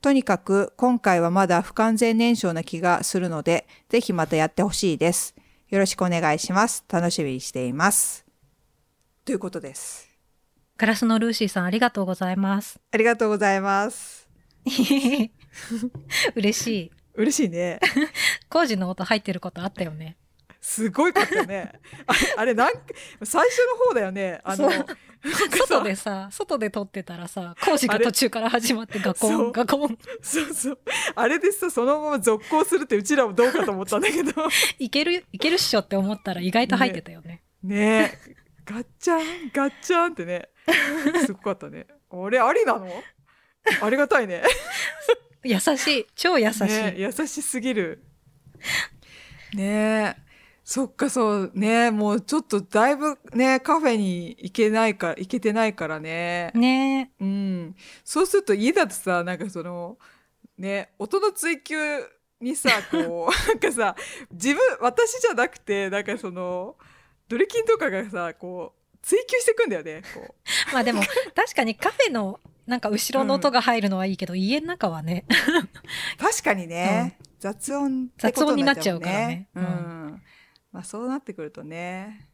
S1: とにかく今回はまだ不完全燃焼な気がするので、ぜひまたやってほしいです。よろしくお願いします。楽しみにしています。ということです。
S2: ガラスのルーシーさんありがとうござい ます。
S1: ありがとうございます。
S2: 嬉しい。
S3: 嬉しいね。
S2: 工事の音入ってることあったよね。
S3: すごいかったね。あれ、あれなんか最初の方だよね。あの、
S2: そう
S3: なんか
S2: 外
S3: さ
S2: でさ、外で撮ってたらさ、工事
S3: あ
S2: が
S3: れ
S2: 途中から始まってガコ
S3: そう
S2: ン、ガコン。
S3: そうそう。あれでさ、そのまま続行するってうちらもどうかと思ったん だけど。
S2: いける、いけるっしょって思ったら意外と入ってたよね。
S3: ねえ。ガッチャン、ガッチャンってね。すごかったね。あれ、ありなのありがたいね。
S2: 優しい。超優しい。
S3: ねえ優しすぎる。ねえ。そっかそうねもうちょっとだいぶねカフェに行けないから行けてないからね
S2: ね
S3: うん、そうすると家だとさなんかそのね音の追求にさこうなんかさ自分私じゃなくてなんかそのドリキンとかがさこう追求してくんだよねこ
S2: まあでも、確かにカフェの、なんか後ろの音が入るのはいいけど、家の中はね。
S1: 確かにね、雑音ってこともん
S2: 雑音になっちゃうからね
S1: うん
S3: まあ、そうなってくるとね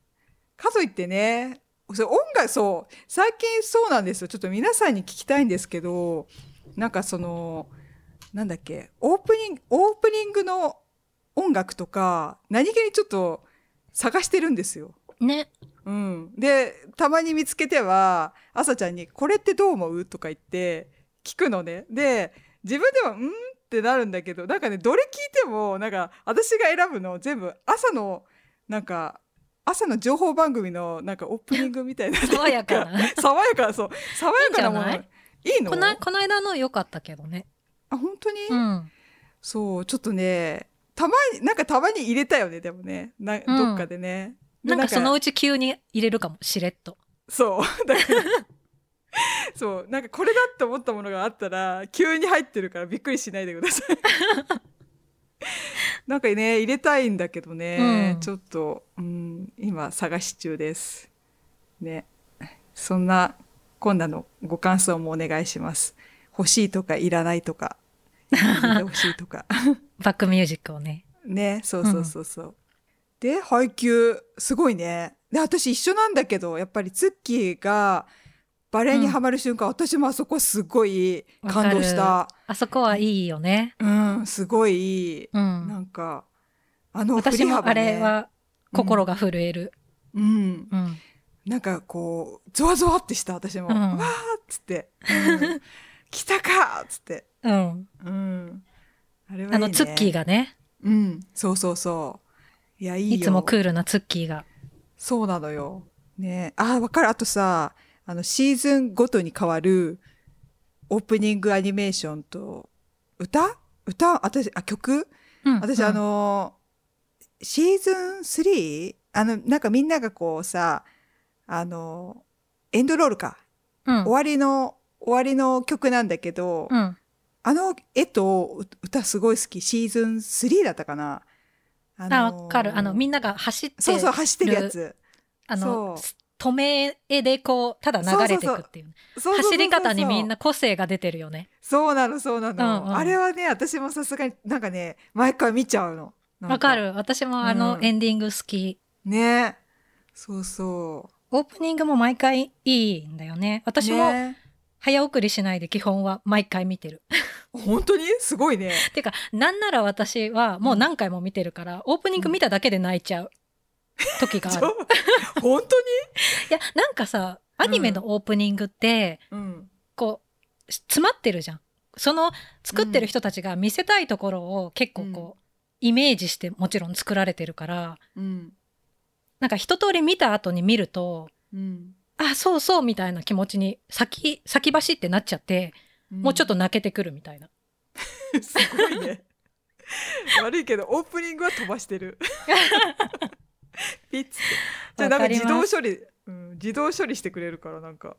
S3: かといってねそれ音楽そう最近そうなんですよちょっと皆さんに聞きたいんですけどなんかそのなんだっけオープニングオープニングの音楽とか何気にちょっと探してるんですよ。
S2: ね。
S3: うん、でたまに見つけては朝ちゃんに「これってどう思う?」とか言って聞くのねで自分では「うん?」ってなるんだけどなんかねどれ聞いてもなんか私が選ぶの全部朝のなんか朝の情報番組のなんかオープニング みたいな
S2: 爽やか な。
S3: 爽やかそう爽やかなもの
S2: いいんじゃない
S3: いいの
S2: このこの間の良かったけどね。
S3: あ本当に、
S2: うん。
S3: そうちょっとねたまになんかたまに入れたよねでもねなどっかでね、で
S2: なんかそのうち急に入れるかも、しれっと。
S3: そう。 だからそう。なんかこれだって思ったものがあったら、急に入ってるからびっくりしないでください。 なんかね、入れたいんだけどね、
S2: うん
S3: ちょっと、うん、今探し中です。ね。そんな、今度のご感想もお願いします。欲しいとかいらないとか、聞いて欲しいとか。
S2: バックミュージックをね。
S3: ね、そうそうそうそう。で、配給、すごいね。で、私一緒なんだけど、やっぱりツッキーがバレエにはまる瞬間、私もあそこすごい感動した。
S2: あそこはいいよね。
S3: うん、すごいいい、
S2: う。
S3: なんんか、あの振
S2: 私
S3: り
S2: も
S3: 幅、ね、
S2: あれ、は心が震える。
S3: うん、
S2: うん。
S3: なんかこう、ゾワゾワってした、私も。
S2: うん
S3: わーっつって。うん来たかっつって。
S2: うん。
S3: うん。あれはいい、ね、
S2: あの、ツッキー
S3: が。
S2: がね、
S3: うん、そうそうそう。いや、いいよ。
S2: いつもクールなツッキーが。
S3: そうなのよ。ねああ、わかる。あとさ、あの、シーズンごとに変わるオープニングアニメーションと、歌歌私、あ、曲
S2: うん
S3: 私、あ、のー、シーズン 3? あの、なんかみんながこうさ、あのー、エンドロールか。
S2: うん
S3: 終わりの、終わりの曲なんだけど、
S2: うん。
S3: あの絵とう歌すごい好き。シーズン3だったかな。あ
S2: あ、わかる。あの、み
S3: ん
S2: んなが走って、
S3: そうそう、走ってるやつ。
S2: あの
S3: そ、
S2: 止め絵でこう、ただ流れていくっていう。
S3: そうそうそうそう
S2: 走り方にみんな個性が出てるよね。
S3: そうなのそうなの、
S2: うんうん
S3: あれはね私もさすがになんかね毎回見ちゃうのなん
S2: わかる。私もあの、
S3: うん
S2: エンディング好き。
S3: ねそうそ
S2: オープニングも毎回いいんだよね。
S3: う
S2: 私も
S3: ね
S2: 早送りしないで基本は毎回見てる。
S3: 本当にすごいね
S2: てか、なんなら私はもう何回も見てるから、オープニング見ただけで泣いちゃう時があ
S3: ち
S2: る。
S3: ょ本当に
S2: いや、なんかさ、アニメのオープニングって、
S3: うん
S2: こう、し詰まってるじゃん。その作ってる人たちが見せたいところを結構こう、イメージしてもちろん作られてるから、
S3: うん
S2: なんか一通り見た後に見ると、
S3: うん
S2: あ、そうそうみたいな気持ちに先、先走ってなっちゃって、もうちょっ
S3: と
S2: と泣けてくるみたいな。
S3: すごいね悪いけどオープニングは飛ばしてるピッツってじゃあなんか
S2: わかり
S3: 自
S2: ます
S3: 動処理、うん、自動処理してくれるからなんか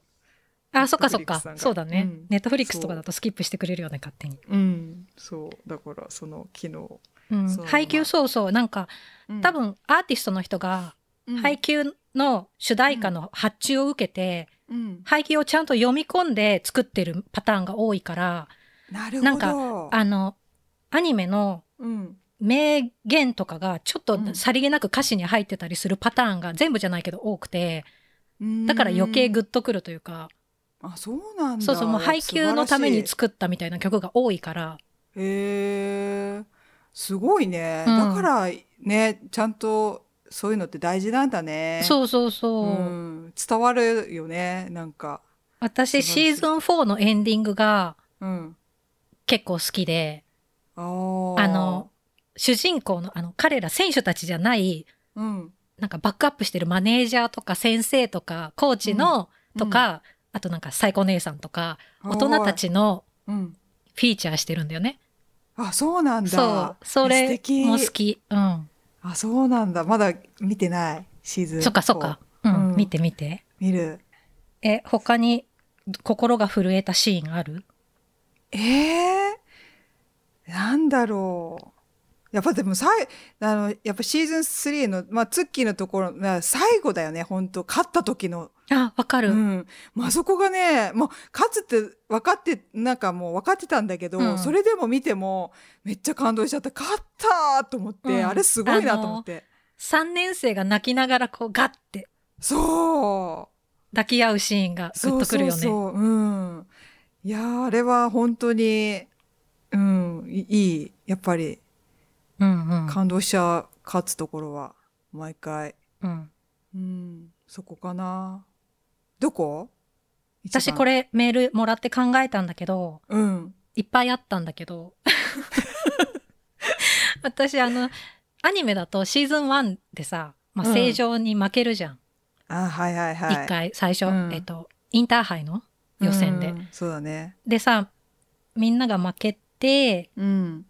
S2: あ、そっかそっ
S3: Netflix
S2: か
S3: さん。が
S2: そうだね
S3: うん。
S2: ネットフリックスとかだとスキップしてくれるよね、勝手に。
S3: うんそうだからその機能、
S2: うん
S3: そう。
S2: 配給そうそう。なんか、
S3: うん
S2: 多、分アーティストの人が、
S3: うん
S2: 配給の主題歌の発注を受けて、
S3: うん
S2: 配給をちゃんと読み込んで作ってるパターンが多いから、
S1: なるほど。
S2: なんかあのアニメの
S3: うん
S2: 名言とかがちょっと
S3: うん
S2: さりげなく歌詞に入ってたりするパターンが全部じゃないけど多くてだから余計グッとくるというか
S3: あそうなんだ
S2: そうそうもう配給のために作ったみたいな曲が多いから
S3: へえすごいね、
S2: うん
S3: だからねちゃんとそういうのって大事なんだねう、
S2: そうそうそう、
S3: ん、伝わるよねなんか
S2: 私
S3: 素晴らし
S2: シ
S3: い
S2: ーズン4のエンディングが
S3: うん
S2: 結構好きで
S3: あー
S2: あの主人公のあの彼ら選手たちじゃない
S3: うん
S2: なんかバックアップしてるマネージャーとか先生とかコーチのとか、あとなんかサイコ姉さんとか大人た、ちの
S3: はいうん、
S2: フィーチャーしてるんだよね。
S3: あそうなんだ
S2: そうそ
S3: 素
S2: れ
S3: 敵
S2: も好き。うん。
S3: あそうなんだまだ見てないシーズン
S2: そっかそっか。うん、
S3: うん
S2: 見て見て。
S3: こう見る
S2: え他に心が震えたシーンある？
S3: ええなんだろう。やっぱでもさいあの、やっぱシーズン3の、まあ、ツッキーのところ、まあ、最後だよね、本当勝った時の。
S2: あわか
S3: う
S2: る。うん
S3: ん。まあ、そこがね、もう、勝つって分かって、なんかもう分かってたんだけど、
S2: うん
S3: それでも見ても、めっちゃ感動しちゃった。勝ったーと思って、
S2: うん
S3: あれすごいなと思って。
S2: 3年生が泣きながらこうガッて
S3: そう。
S2: 抱き合うシーンがグッとくるよね。
S3: そうそうそううん。いやーあれは本当に、うん、いいい、やっぱり。
S2: うんうん。
S3: 感動しちゃう勝つところは毎回
S2: うん。
S3: うんそこかなどこ
S2: 私こ
S3: れ
S2: れメールもらって考えたんだけど、
S3: うん
S2: いっぱいあったんだけ ど私あのアニメだとシーズン1でさ、まあ、
S3: うん
S2: 正常に負けるじゃん、
S3: あはいはいはい
S2: 一回最初、
S3: うん
S2: えっと、インターハイの予選で。
S3: うんそうだね
S2: でさみんなが負けて
S3: うん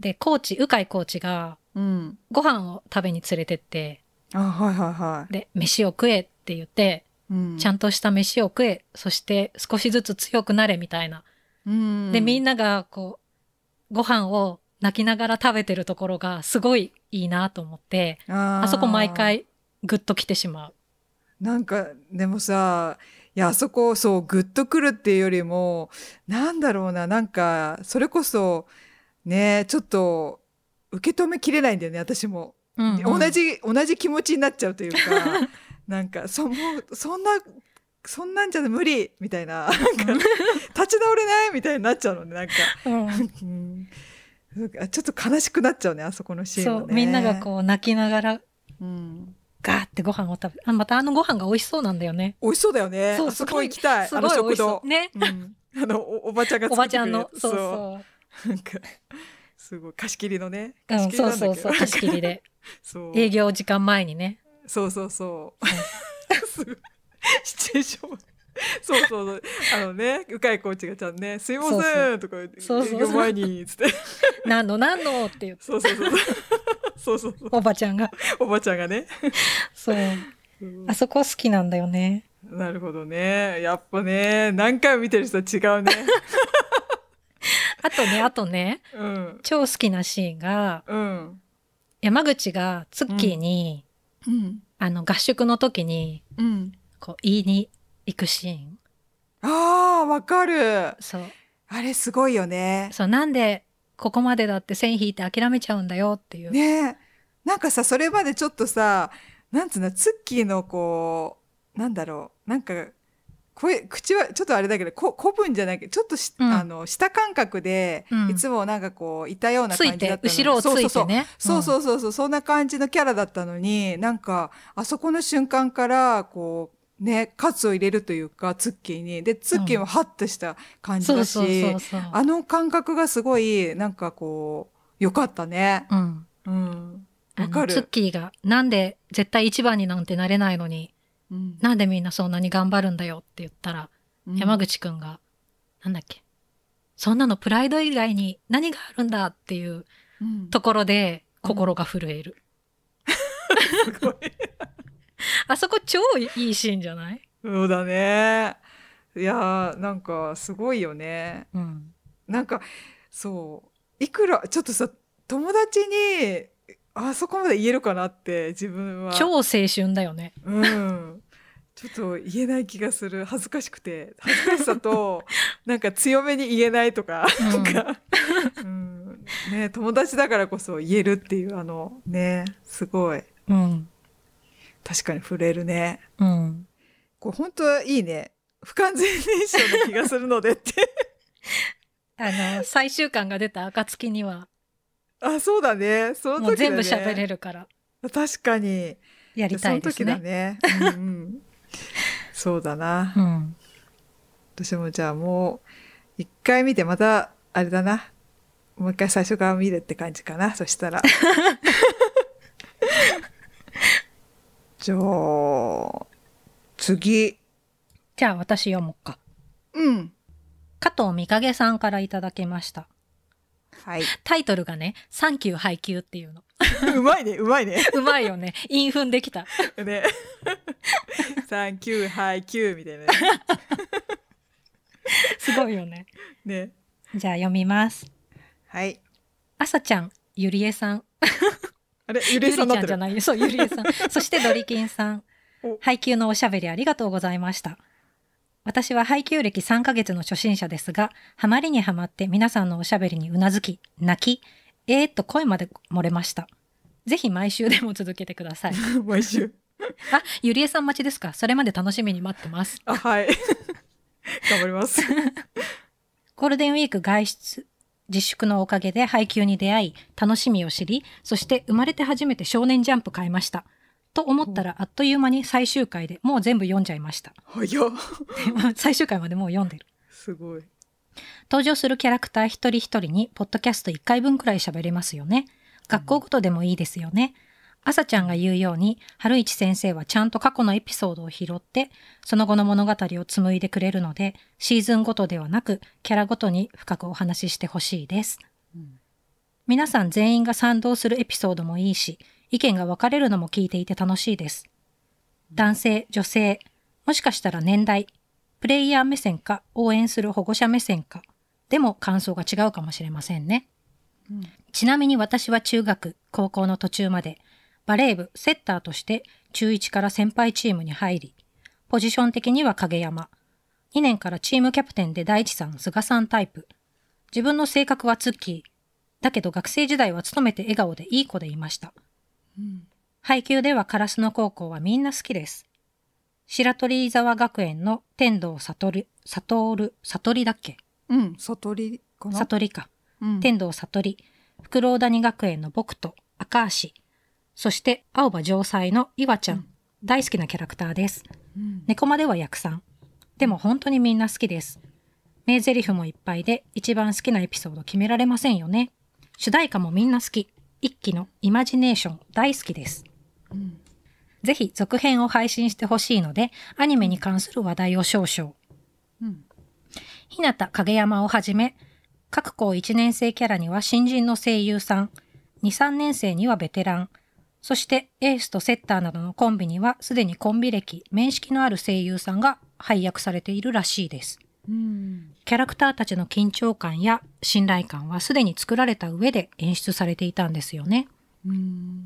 S2: でコーチ鵜飼コーチが
S3: うん
S2: ご飯を食べに連れてって
S3: あはいはいはい、
S2: で飯を食えって言って、
S3: うん、
S2: ちゃ
S3: ん
S2: んとした飯を食えそして少しずつ強くなれみたいな
S3: うん
S2: でみん
S3: な
S2: ながこうご飯を泣きながら食べてるところがすごいいいなと思って
S3: あー
S2: あそこ毎回グッと来てしまう。
S3: なんかでもさいやあそこそうグッとくるっていうよりもなんだろうななんかそれこそねちょっと受け止めきれないんだよね私も
S2: うんうん
S3: 同じ同じ気持ちになっちゃうというか なんかそもうそんなそんなんじゃ無理みたいななんか立ち直れないみたいになっちゃうのねなんか、
S2: うん
S3: うん、ちょっと悲しくなっちゃうねあそこのシーン
S2: そ
S3: は
S2: う
S3: ね
S2: みんながこう泣きながら
S3: う、ん、
S2: ガーってご飯を食べあまたあのご飯が美味しそうなんだよね。
S3: 美味しそうだよね
S2: そう
S3: あそこ行きたい
S2: す
S3: あ
S2: ご
S3: の
S2: い美味
S3: 食
S2: し
S3: 堂
S2: そう。ね。
S3: うんあのおおばちゃんが
S2: お
S3: 作っ
S2: ば
S3: て
S2: ち
S3: く
S2: ゃ
S3: れ
S2: ん
S3: る
S2: のそうそ
S3: そうなんかすごい貸し切りのね
S2: う。う
S3: 貸し
S2: ん
S3: 切り
S2: そう
S3: なんだけ
S2: そ
S3: ど
S2: うそう貸し切りで
S3: そう
S2: 営業時間前にね。
S3: そうそうそう。すごい シチュエーション。そうそうそう。あのね、鵜飼コーチがちゃんね、すいま
S2: そう
S3: せ
S2: そ
S3: んとか言って、
S2: そうそうそう
S3: 営業前に、つって。
S2: 何の何のって言って
S3: そうそうそう。そうそうそう。
S2: おばちゃんが
S3: おばちゃんがね。
S2: そう
S3: うん
S2: あそこ好きなんだよね。
S3: なるほどね。やっぱね、何回も見てる人は違うね。
S2: あとねあとね
S3: うん。
S2: 超好きなシーンが
S3: うん。
S2: 山口がツッキーに、
S3: うん。
S2: あの合宿の時に
S3: うん。
S2: こう言いに行くシーン
S3: ああ、わかる。
S2: そう
S3: あれすごいよね。
S2: そうなんでここまでだって線引いて諦めちゃうんだよっていう、
S3: ねえなんかさそれまでちょっとさなんつうのツッキーのこうなんだろうなんか声口はちょっとあれだけどこ古文じゃないけどちょっとし、
S2: うん
S3: あの舌感覚で、
S2: うん
S3: いつもなんかこういたような
S2: つい
S3: 感じだ
S2: て
S3: ったのに
S2: 後ろをついてね
S3: そうそうそうそううそうそうそんな感じのキャラだったのになんかあそこの瞬間からこうね喝を入れるというかツッキーにでツッキーもハッとした感
S2: ん
S3: じ
S2: そう
S3: だ
S2: そうそ
S3: し
S2: うそう
S3: あの感覚がすごいなんかこう良かったね。
S2: うん
S3: うん。
S2: あ
S3: わか
S2: の
S3: る
S2: ツッキーがなんで絶対一番になんてなれないのに
S3: うん
S2: なんでみんなそんなに頑張るんだよって言ったら、山
S3: 口。
S2: 口くんがなんだっけそんなのプライド以外に何があるんだっていう
S3: うん
S2: ところで心が震える、
S3: すごい。
S2: あそこ超いいシーンじゃない、
S3: そうだね。いやーなんかすごいよね。
S2: うん、
S3: なんかそういくらちょっとさ友達にあそこまで言えるかなって自分は。
S2: 超青春だよね。
S3: うん。ちょっと言えない気がする恥ずかしくて恥ずかしさと
S1: なんか強めに言えないとか、
S2: うん
S1: なんか、うん、ね友達だからこそ言えるっていうあのねすごい
S2: うん。
S1: 確かに触れるね
S2: うん。
S1: これ本当いいね不完全燃焼な気がするのでって
S2: あの、最終巻が出た暁には、
S1: あそうだねその時だ
S2: も
S1: ね
S2: う全部喋れるから、
S1: 確かに
S2: やりたいで
S1: その時
S2: すね。
S1: だね、うんうん、そうだな
S2: うん。
S1: 私もじゃあもう一回見てまたあれだなもう一回最初から見るって感じかなそしたら
S3: じゃあ、次。
S2: じゃあ私読もうか。
S3: うん。
S2: 加藤美影さんからいただきました。
S3: はい。
S2: タイトルがね、サンキュー配給っていうの。
S1: うまいねうまいね
S2: うまいよね。韻踏んできた。
S1: ねサンキューハイキューみたいな
S2: すごいよね。
S1: ねね
S2: じゃあ読みます。
S3: はい。
S2: あさちゃん、ゆりえさん。
S1: あれゆ
S2: ゆ
S1: り
S2: り
S1: さ
S2: ち
S1: んにな
S2: ゃ
S1: っ
S2: ん
S1: て
S2: じゃ
S1: る
S2: ないよ。そう、ゆりえさん。 そしてドリキンさん
S1: お。
S2: 配給のおしゃべりありがとうございました。私は配給歴3ヶ月の初心者ですが、ハマりにはまって皆さんのおしゃべりにうなずき、泣き、えーっと声まで漏れました。ぜひ毎週でも続けてくだ さい。
S1: 毎週
S2: あ、ゆりえさん待ちですかそれまで楽しみに待ってます。
S1: あはい 頑張ります
S2: ゴールデンウィーク外出自粛のおかげで配給に出会い、楽しみを知り、そして生まれて初めて少年ジャンプ買いました。と思ったらあっという間に最終回でもう全部読んじゃいました。
S1: 早っ
S2: 最終回までもう読んでる。
S1: すごい
S2: 登場するキャラクター一人一人に、ポッドキャスト1回分くらい喋れますよね。学校ごとでもいいですよね。朝ちゃんが言うように、春市先生はちゃんと過去のエピソードを拾って、その後の物語を紡いでくれるので、シーズンごとではなく、キャラごとに深くお話ししてほしいです。皆さん全員が賛同するエピソードもいいし、意見が分かれるのも聞いていて楽しいです。男性、女性、もしかしたら年代、プレイヤー目線か、応援する保護者目線か、でも感想が違うかもしれませんね。ちなみに私は中学、高校の途中まで、バレー部、セッターとして中1から先輩チームに入り、ポジション的には影山。2年からチームキャプテンで大地さん、菅さんタイプ。自分の性格はツッキー。だけど学生時代は勤めて笑顔でいい子でいました。配給では烏野高校はみんな好きです。白鳥伊沢学園の天童悟、悟、悟だっけ
S3: うん。悟りかな
S2: 悟りか。
S3: うん
S2: 天童悟り、福郎谷学園の僕と赤足、そして青葉城西の岩ちゃん、大好きなキャラクターです。
S3: うん
S2: 猫までは役さん。でも本当にみんな好きです。名台詞もいっぱいで、一番好きなエピソード決められませんよね。主題歌もみんな好き。一期のイマジネーション大好きです。ぜひ続編を配信してほしいので、アニメに関する話題を少々。
S3: うん
S2: 日向影山をはじめ、各校1年生キャラには新人の声優さん、2、3年生にはベテラン、そしてエースとセッターなどのコンビにはすでにコンビ歴、面識のある声優さんが配役されているらしいです。
S3: うん。
S2: キャラクターたちの緊張感や信頼感はすでに作られた上で演出されていたんですよね。
S3: うん。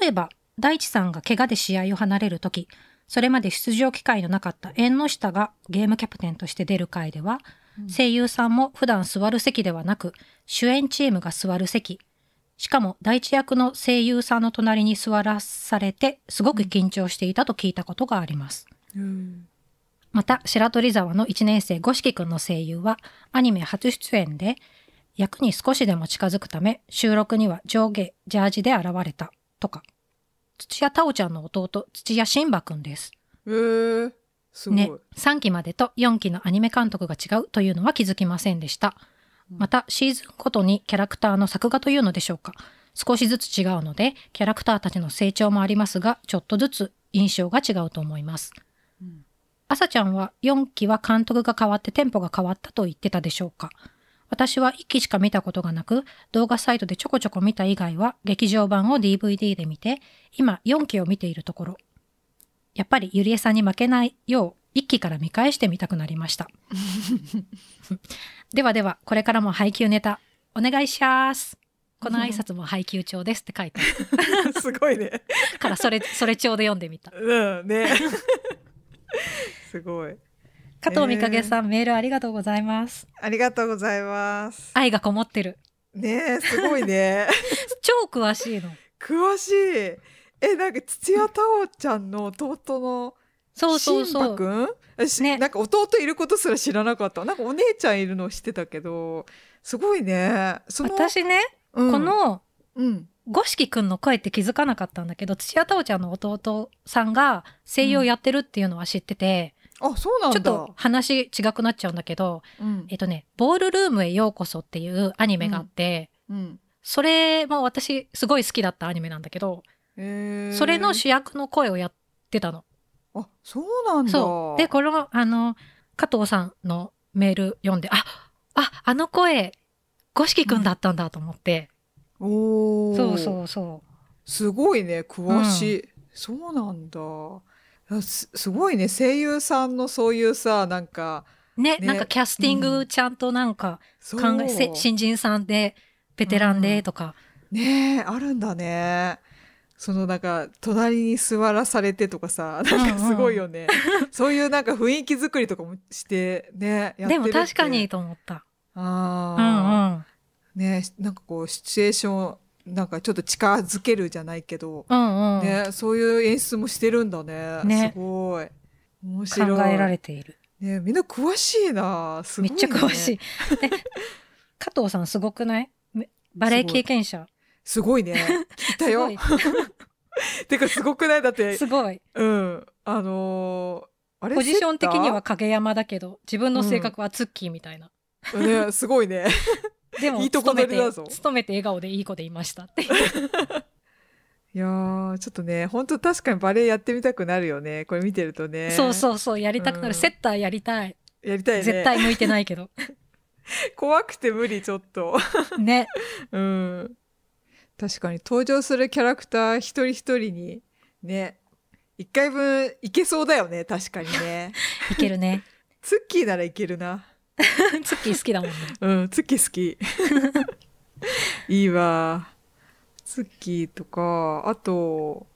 S2: 例えば、大地さんが怪我で試合を離れるとき、それまで出場機会のなかった縁の下がゲームキャプテンとして出る回では、声優さんも普段座る席ではなく、主演チームが座る席、しかも大地役の声優さんの隣に座らされて、すごく緊張していたと聞いたことがあります。
S3: うん。
S2: また、白鳥沢の1年生五色くんの声優は、アニメ初出演で、役に少しでも近づくため、収録には上下、ジャージで現れた、とか。土屋太鳳ちゃんの弟、土屋新馬くんです。
S1: えー、すごい、
S2: ね、3期までと4期のアニメ監督が違うというのは気づきませんでした。また、シーズンごとにキャラクターの作画というのでしょうか。少しずつ違うので、キャラクターたちの成長もありますが、ちょっとずつ印象が違うと思います。朝ちゃんは4期は監督が変わってテンポが変わったと言ってたでしょうか。私は1期しか見たことがなく、動画サイトでちょこちょこ見た以外は劇場版を DVD で見て、今4期を見ているところ。やっぱりゆりえさんに負けないよう、1期から見返してみたくなりました。 ではでは、これからも配給ネタ、お願いします。この挨拶も配給帳ですって書いてあ
S1: すごいね
S2: る から、それ、それ帳で読んでみた。
S1: うんねすごい
S2: 加藤みかげさん、メールありがとうございます。
S3: ありがとうございます。
S2: 愛がこもってる。
S3: ねえ、すごいね。
S2: 超詳しいの。
S3: 詳しい。え、なんか土屋太鳳ちゃんの弟の
S2: そうそう
S3: シン
S2: そ
S3: バ
S2: う。
S3: くんえし
S2: ね
S3: なんか弟いることすら知らなかった。なんかお姉ちゃんいるの知ってたけど、すごいね。その、
S2: 私ね、
S3: うん
S2: こ、の
S3: うん。
S2: 五色くんの声って気づかなかったんだけど、土屋太鳳ちゃんの弟さんが声優やってるっていうのは知ってて、
S3: あ、そうなん
S2: ち
S3: だ。
S2: ょっと話違くなっちゃうんだけど、
S3: うん
S2: えっとね、ボールルームへようこそっていうアニメがあって、
S3: うん。
S2: それも私すごい好きだったアニメなんだけど、
S3: えー
S2: それの主役の声をやってたの。
S3: あ、そうなんだ。
S2: そう。で、これは、あの、加藤さんのメール読んで、あ、あ、あの声、五色くんだったんだと思って。
S3: おー
S2: そうそうそう。
S3: すごいね、詳しい。そうなんだ。あすすごいね声優さんのそういうさなんか
S2: ね、
S3: ね
S2: なんかキャスティングちゃんとなんか
S3: そう
S2: 考え、せ新人さんで、ベテランでとか、
S3: ねえあるんだねそのなんか隣に座らされてとかさなんかすごいよね、そういうなんか雰囲気作りとかもしてねやってるって
S2: でも確かにと思った。うん
S3: ああ、
S2: うん。
S3: ねえなんかこうシチュエーションなんかちょっと近づけるじゃないけど、
S2: うんうん。
S3: ね、そういう演出もしてるんだね。
S2: ね
S3: すごい。面
S2: 考
S3: 白い。
S2: えられている。
S3: ね、みんな詳しいな。す
S2: め
S3: ごい、
S2: っ
S3: ね。
S2: ちゃ詳しい。。 で加藤さんすごくないめバレエ経験者。
S3: すごいね。聞い たよ。 てかすごくないだって、
S2: すごい。
S3: うん。あのーあれ
S2: ポジション的には
S3: セ
S2: 影山だけど、自分の性格はツッキーみたいな。
S3: ッターね、すごいね。
S2: でも、
S3: いいとこ取りだ
S2: 勤め
S3: ぞ
S2: て、勤めて笑顔でいい子でいましたって。
S3: いやー、ちょっとね、本当確かにバレエやってみたくなるよね。これ見てるとね。
S2: そうそうそう、やりたくなる。
S3: うん
S2: セッターやりたい。
S3: う。やりたいね。
S2: 絶対向いてないけ ど。
S3: 怖くて無理、ちょっと。
S2: ね。
S3: うん。確かに登場するキャラクター一人一人にね、一回分いけそうだよね、確かに ね。
S2: いけるね。
S3: ツッキーならいけるな。
S2: ツッキー好きだもんね。
S3: うん、ツッキー好き。 いいわ。ツッキーとか、あと、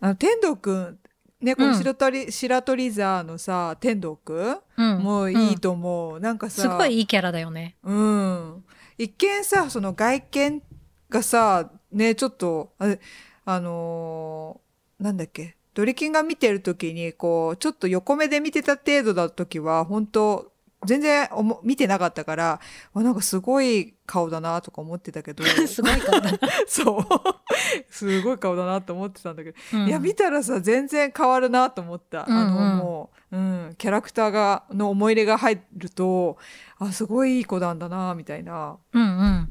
S3: あの天童くん、ね、こ
S2: う
S3: の
S2: ん
S3: 白鳥、白鳥座のさ、天童く
S2: うん
S3: ん。 もういいと思う。なんか
S2: うん
S3: さ、
S2: すごいいいキャラだよね。
S3: うん。一見さ、その外見がさ、ね、ちょっと、ああのーなんだっけ、ドリキンが見てるときに、こう、ちょっと横目で見てた程度だときは、本当全然おも見てなかったから、あなんかすごい顔だなとか思ってたけど、
S2: すごい顔だな。
S3: そう。すごい顔だなと思ってたんだけど、
S2: うん
S3: いや、見たらさ、全然変わるなと思った。あの、
S2: うんうん
S3: もう、うん、キャラクターが、の思い入れが入ると、あ、すごいいい子なんだな、みたいな。
S2: うんうん。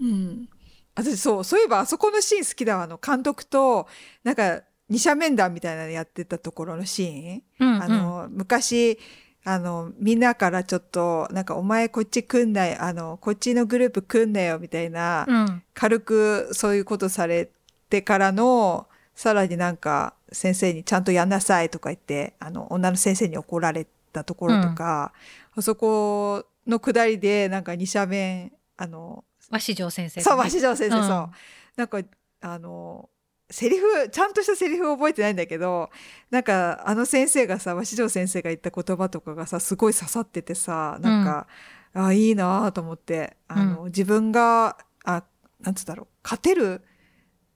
S3: うん。私、そう、そういえば、あそこのシーン好きだわ。あの、監督と、なんか、二者面談みたいなのやってたところのシーン。
S2: うんうん
S3: あの、昔、あの、みんなからちょっと、なんか、お前こっち来んなよ、あの、こっちのグループ来んなよ、みたいな、
S2: うん。
S3: 軽くそういうことされてからの、さらになんか、先生にちゃんとやんなさいとか言って、あの、女の先生に怒られたところとか、あそこの下りで、なんか二者面、あの、
S2: 和紙城先生
S3: そ
S2: が
S3: う、
S2: ね、
S3: 鷲城先生、
S2: うん
S3: そう。なんか、あの、セリフ、ちゃんとしたセリフ覚えてないんだけど、なんか、あの先生がさ、鷲城先生が言った言葉とかがさ、すごい刺さっててさ、なんか、あいいなぁと思って、あの、自分が、あ、なんつうんだろう、勝てる、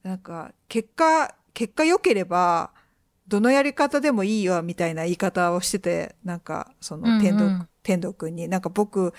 S3: なんか、結果、結果良ければ、どのやり方でもいいよ、みたいな言い方をしてて、なんか、そ
S2: うんう
S3: の、
S2: ん
S3: 天童、天童くんに、なんか僕、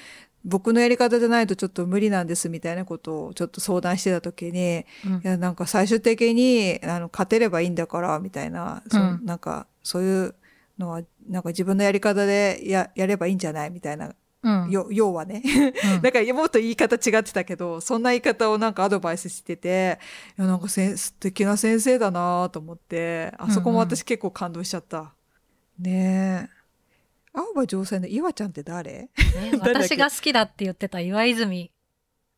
S3: 僕のやり方じゃないとちょっと無理なんですみたいなことをちょっと相談してた時に、
S2: うん
S3: いや、なんか最終的に、あの、勝てればいいんだから、みたいな、そう
S2: うん
S3: なんか、そういうのは、なんか自分のやり方でや、やればいいんじゃないみたいな、
S2: うん
S3: よ、要はね。
S2: うん
S3: なんかもっと言い方違ってたけど、そんな言い方をなんかアドバイスしてて、いやなんかせん素敵な先生だなと思って、あそこも私結構感動しちゃった。ねえ。青葉城西の岩ちゃんって誰
S2: ね
S3: 誰だっけ
S2: 私が好きだって言ってた岩泉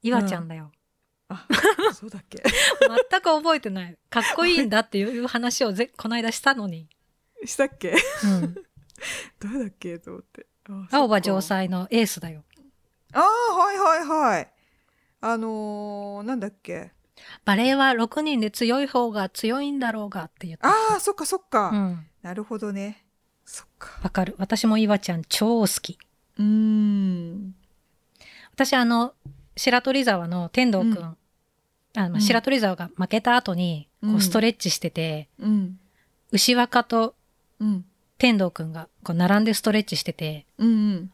S2: 岩ちゃんだよ、
S3: あ、そうだっ け
S2: 全く覚えてないかっこいいんだっていう話をぜこの間したのに、
S3: したっけ
S2: うん、
S3: 誰だっけと思って。あ
S2: 青葉城。
S3: そっか
S2: 西のエースだよ
S3: ああ、はいはいはい。あのー、なんだっけ。
S2: バレエは6人で強い方が強いんだろうがって言って
S3: ああ、そっかそっか。
S2: うん
S3: なるほどね。
S1: そっか。
S2: わかる。私も岩ちゃん超好き。
S1: うーん。
S2: 私あの、白鳥沢の天童くん、
S1: うん
S2: あの
S1: うん
S2: 白鳥沢が負けた後に、こ
S1: う
S2: うんストレッチしてて、
S1: うん。
S2: 牛若と
S1: うん。
S2: 天童くんがこう並んでストレッチしてて、
S1: うん。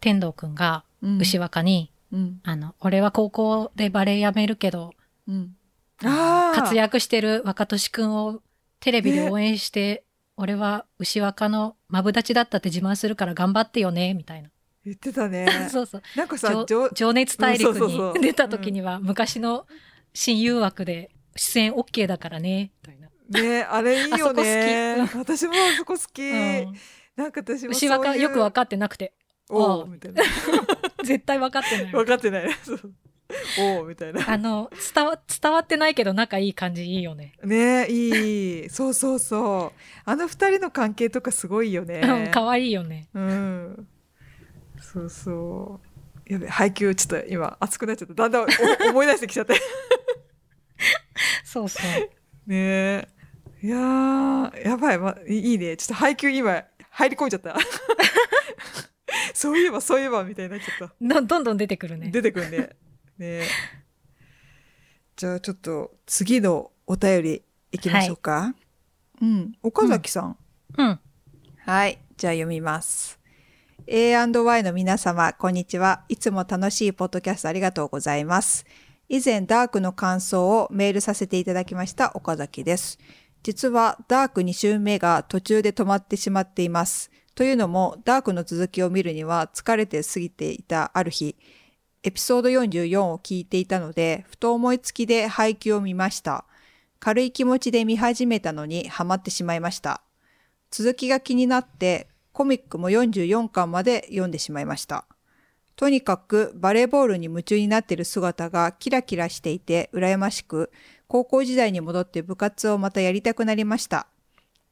S2: 天童くんが
S1: うん。
S2: 牛若に、
S1: うん。
S2: あの、俺は高校でバレエやめるけど、
S1: うん。ああ。
S2: 活躍してる若俊くんをテレビで応援して、俺は牛若のマブダチだったって自慢するから頑張ってよね、みたいな。
S1: 言ってた ね。
S2: そうそう。
S1: なんかさ、
S2: 情
S1: じょ
S2: 情熱大陸
S1: うんそうそうそ
S2: に
S1: う
S2: 出た時には昔の親友枠で出演 OK だからね、みたいな。
S1: ね、あれいいよね。
S2: あ
S1: 私もあそこ好き。
S2: うん
S1: なんか私もそう
S2: 牛
S1: いう。
S2: 若よく分かってなくて。
S1: おうみたいな。
S2: 絶対分かってな
S1: 分
S2: い。
S1: かってない。そうおうみたいな。
S2: あの、伝わ、伝わってないけど仲いい感じいいよね。
S1: ねいい。そうそうそう。あの二人の関係とかすごいよね。
S2: うん、可愛いよね。
S1: うん。そうそう。やべ、配給ちょっと今熱くなっちゃった。だんだん お思い出してきちゃって。
S2: そうそう。
S1: ねえ。いやー、やばい、ま、いいいね。ちょっと配給今入り込んじ ゃった。そういえば、そういえばみたいになっちゃった。
S2: どどんどん出てくるね。
S1: 出てくるね。ねえじゃあちょっと次のお便りいきましょうか。うん、岡崎さん
S2: うん。
S3: はい。じゃあ読みます。A&Y の皆様、こんにちは。いつも楽しいポッドキャストありがとうございます。以前、ダークの感想をメールさせていただきました岡崎です。実は、ダーク2週目が途中で止まってしまっています。というのも、ダークの続きを見るには疲れて過ぎていたある日、エピソード44を聞いていたので、ふと思いつきで配給を見ました。軽い気持ちで見始めたのにハマってしまいました。続きが気になってコミックも44巻まで読んでしまいました。とにかくバレーボールに夢中になっている姿がキラキラしていて羨ましく、高校時代に戻って部活をまたやりたくなりました。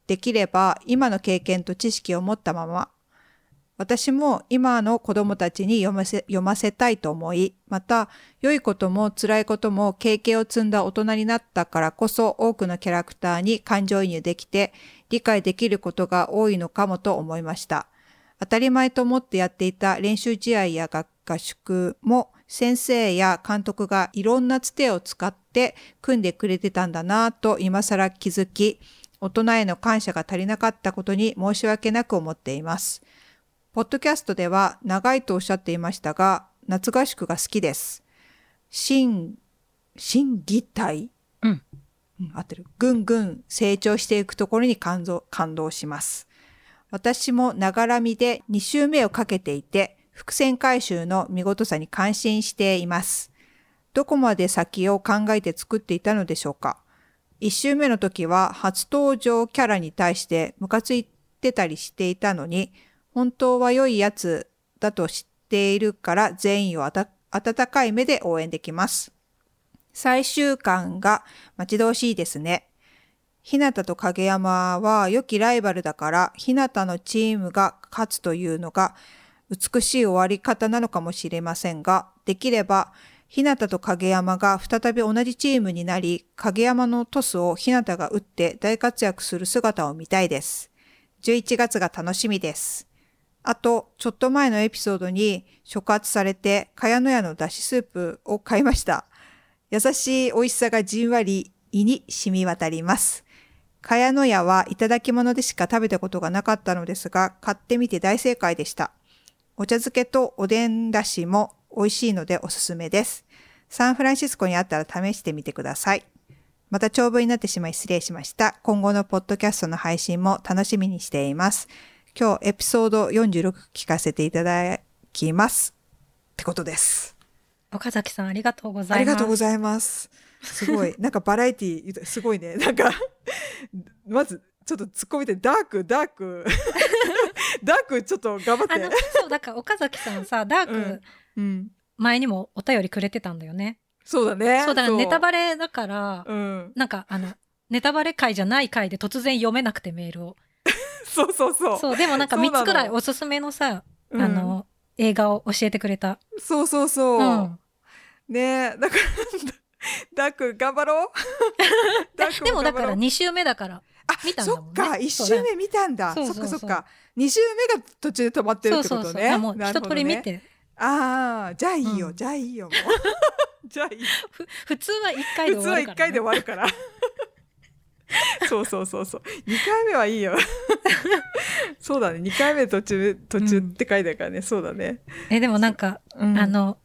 S3: できれば今の経験と知識を持ったまま、私も今の子供たちに読ませ、読ませたいと思い、また良いことも辛いことも経験を積んだ大人になったからこそ多くのキャラクターに感情移入できて理解できることが多いのかもと思いました。当たり前と思ってやっていた練習試合や合合宿も先生や監督がいろんなつてを使って組んでくれてたんだなぁと今更気づき、大人への感謝が足りなかったことに申し訳なく思っています。ポッドキャストでは長いとおっしゃっていましたが、夏合宿が好きです。新、新議体
S2: うん。
S3: うん合ってる。ぐんぐん成長していくところに感動、感動します。私もながらみで2周目をかけていて、伏線回収の見事さに感心しています。どこまで先を考えて作っていたのでしょうか1周目の時は初登場キャラに対してムカついてたりしていたのに、本当は良いやつだと知っているから全員をあた温かい目で応援できます。最終巻が待ち遠しいですね。日向と影山は良きライバルだから、日向のチームが勝つというのが美しい終わり方なのかもしれませんが、できれば日向と影山が再び同じチームになり、影山のトスを日向が打って大活躍する姿を見たいです。11月が楽しみです。あと、ちょっと前のエピソードに触発されて、茅野屋のだしスープを買いました。優しい美味しさがじんわり胃に染み渡ります。茅野屋はいただき物でしか食べたことがなかったのですが、買ってみて大正解でした。お茶漬けとおでんだしも美味しいのでおすすめです。サンフランシスコにあったら試してみてください。また長文になってしまい失礼しました。今後のポッドキャストの配信も楽しみにしています。今日エピソード46聞かせていただきます。ってことです。
S2: 岡崎さんありがとうござ
S1: あ
S2: い
S1: り
S2: ます。
S1: がとうございます。すごい。なんかバラエティー、すごいね。なんか、まず、ちょっと突っ込みで、ダーク、ダー ク。ダーク、ちょっと頑張っ
S2: あの
S1: て。、
S2: そう、だから岡崎さ んさ、ダー
S1: うんう
S2: ク
S1: ん。
S2: 前にもお便りくれてたんだよね。
S1: そうだね。
S2: そう、だからネタバレだから、
S1: うん。
S2: なんかあの、ネタバレ会じゃない会で突然読めなくてメールを。
S1: そうそうそう。
S2: そう、でもなんか
S1: そうなの
S2: 3つくらいおすすめのさ、
S1: うん
S2: あ、の、映画を教えてくれた。
S1: そうそうそう。
S2: うん。
S1: ねえ、だ から、ダーク、頑張ろう。ダーク
S2: でもだ
S1: 頑張
S2: か
S1: ろう
S2: ら2週目だから。
S1: あ、
S2: 見たんだ
S3: そ
S2: もんね。
S3: っか、1周目見たんだ。
S2: そう
S3: そ
S2: だ
S3: っ
S2: そうそ
S3: かそうっか。2周目が途中で止まってる
S2: そ
S3: っ
S2: う
S3: て
S2: そう
S3: こ
S2: そ
S3: と
S2: う。
S3: ね。
S2: あもう
S3: な
S2: 一
S3: るほ
S2: 通
S3: ど
S2: り
S3: ね
S2: 見て、
S3: ああ、じゃあいいよ、
S2: うん
S3: じゃあいいよ、もう。 じゃあいい。
S2: ふ普通は一回で
S3: 普
S2: 終
S3: 通
S2: わ
S3: は
S2: る
S3: 1
S2: から、
S3: 回
S2: ね。
S3: で終わる から。そうそうそうそう。2回目はいい よ。そうだね。2回目途中、途中って書いてあるからね。そうだね。
S2: え、でもなんか、
S3: うん
S2: あの、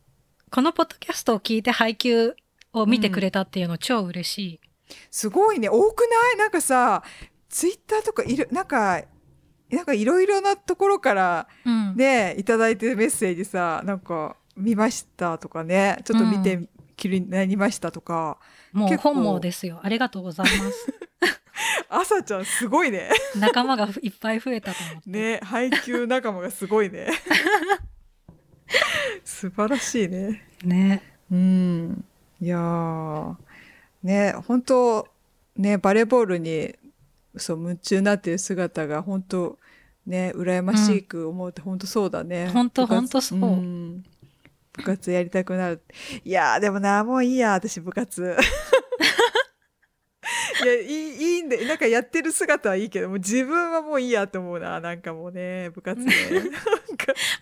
S2: このポッドキャストを聞いて配給を見てくれたっていうの超嬉しい。
S3: すごいね。多くないなんかさ、ツイッターとかいろ、なんか、なんかいろいろなところから
S2: うん。
S3: ね、いただいてるメッセージさ、なんか、見ましたとかね、ちょっと見
S2: う
S3: て気になりましたとか、
S2: もう
S3: 結構
S2: 本望ですよ。ありがとうござい ます。
S3: 朝ちゃんすごいね。
S2: 仲間がいっぱい増えたと思って。
S3: ね、配給仲間がすごいね。素晴らしいね。
S2: ね。
S3: うん。いやーね、本当ね、バレーボールに、そう、夢中になっている姿が、本当ね、羨ましく思うって、本当そうだね。
S2: 本当
S3: 部活
S2: 本当そうん
S3: 部活やりたくなる。いやーでもな、もういいや、私 部活。いや、いい、いいんで、なんかやってる姿はいいけど、もう自分はもういいやと思うな、なんかもうね、部活ね。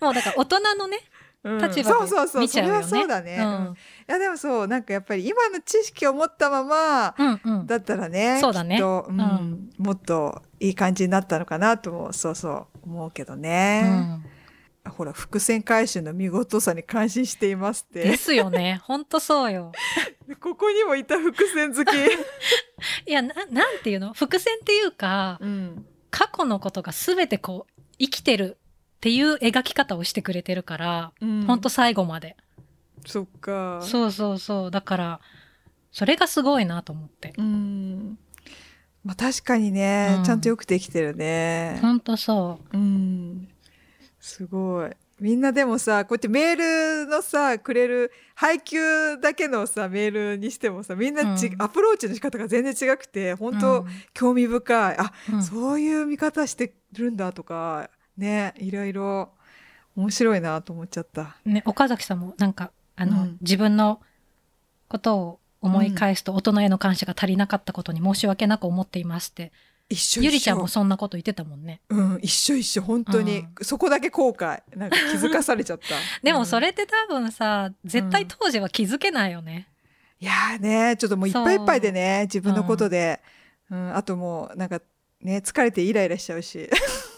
S2: もうだから大人のね、
S3: うん
S2: 立
S3: そ
S2: 場
S3: うそう
S2: で
S3: そう、
S2: 見
S3: そ
S2: ちゃう
S3: れ
S2: よね。
S3: はそうだね。
S2: う
S3: うん
S2: ん
S3: いやでもそうなんかやっぱり今の知識を持ったまま
S2: うんうん。
S3: だったらね、
S2: そうだね
S3: きっと、うん
S2: うん
S3: もっといい感じになったのかなともそうそう思うけどね、
S2: うん
S3: ほら伏線回収の見事さに感心していますっ
S2: で
S3: て
S2: すよね。ほんとそうよ。
S3: ここにもいた伏線好き、
S2: いや、ななんていうの伏線って いうか、
S3: うん、
S2: 過去のことが全てこう、生きてるっていう描き方をしてくれてるから、
S3: うん
S2: ほんと最後まで。
S3: そっか
S2: そうそうそう。だから、それがすごいなと思って。
S3: うんまあ確かにね、
S2: うん
S3: ちゃんとよくできてるね、
S2: ほんとそう。
S3: うん。すごい。みんなでもさ、こうやってメールのさ、くれる、配給だけのさ、メールにしてもさ、みんなち、
S2: うん
S3: アプローチの仕方が全然違くて、本当、
S2: うん
S3: 興味深い。あ、
S2: うん
S3: そういう見方してるんだとか、ね、いろいろ、面白いなと思っちゃった。
S2: ね、岡崎さんもなんか、あの、
S3: うん
S2: 自分のことを思い返すと大人への感謝が足りなかったことに申し訳なく思っていますって、
S3: 一緒一緒。
S2: ゆりちゃんもそんなこと言ってたもんね。
S3: うん、一緒一緒、本当に。
S2: うん。
S3: そこだけ後悔。なんか気づかされちゃった
S2: でもそれって多分さ、絶対当時は気づけないよね。
S3: いやーね、ちょっともういっぱいいっぱいでね、自分のことで、うん、あともうなんかね、疲れてイライラしちゃうし。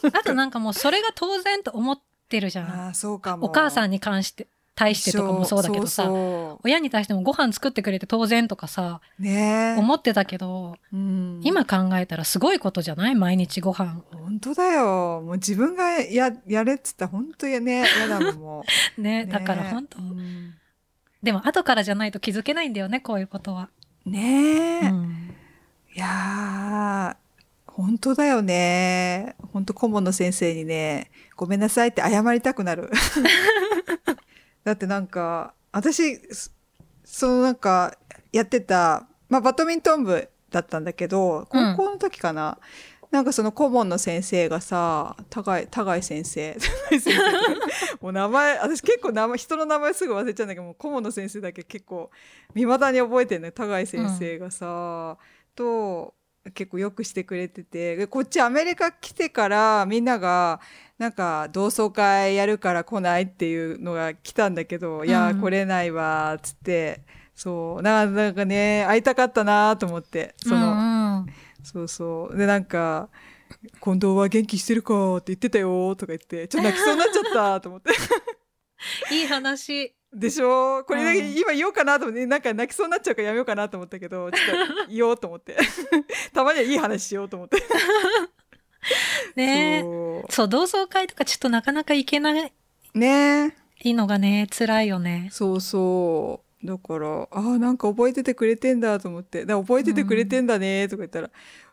S2: あとなんかもうそれが当然と思ってるじゃん。
S3: ああ、そうかも。
S2: お母さ
S3: ん
S2: んに関して、対してとかもそうだけどさ、
S3: そう
S2: 親に対してもご飯作ってくれて当然とかさ、
S3: ねえ
S2: 思ってたけど、
S3: うん、
S2: 今考えたらすごいことじゃない毎日ご飯。
S3: 本当だよ。もう自分がや、やれっつったら本当やね、やだもん、も
S2: ね、
S3: う。ね
S2: だから本当、
S3: うん
S2: でも後からじゃないと気づけないんだよね、こういうことは。
S3: ねえ、
S2: う
S3: い
S2: ん
S3: やー、本当だよね。本当顧問の先生にね、ごめんなさいって謝りたくなる。 だってなんか、私、そそのなんか、やってた、まあ、バドミントン部だったんだけど、
S2: うん
S3: 高校の時かな。なんかその顧問の先生がさ、高井、高井先生。高井 先生もう名前、私結構名前、人の名前すぐ忘れちゃうんだけど、もう顧問の先生だけ結構、未だに覚えてるのよ高井先生がさ、と、結構よくしてくれてて、でこっちアメリカ来てからみんなが、なんか同窓会やるから来ないっていうのが来たんだけど、いや
S2: うん
S3: ー来れないわーっつってそうななんかね会いたかったなーと思ってその、
S2: うんうん
S3: そうそうでなんか「近藤は元気してるか?」って言ってたよーとか言ってちょっと泣きそうになっちゃったと思って
S2: いい話。
S3: でしょこれだけ
S2: うん
S3: 今言おうかなと思ってなんか泣きそうになっちゃうからやめようかなと思ったけどちょっと言おうと思って たまにはいい話しようと思って
S2: ね
S3: そ
S2: そう、同窓会とかちょっとなかなか行けないう
S3: ねー
S2: のがね、辛いよね。
S3: そうそう。だから、ああ、なんか覚えててくれてんだと思って、だ覚えててくれてんだねとか言ったら、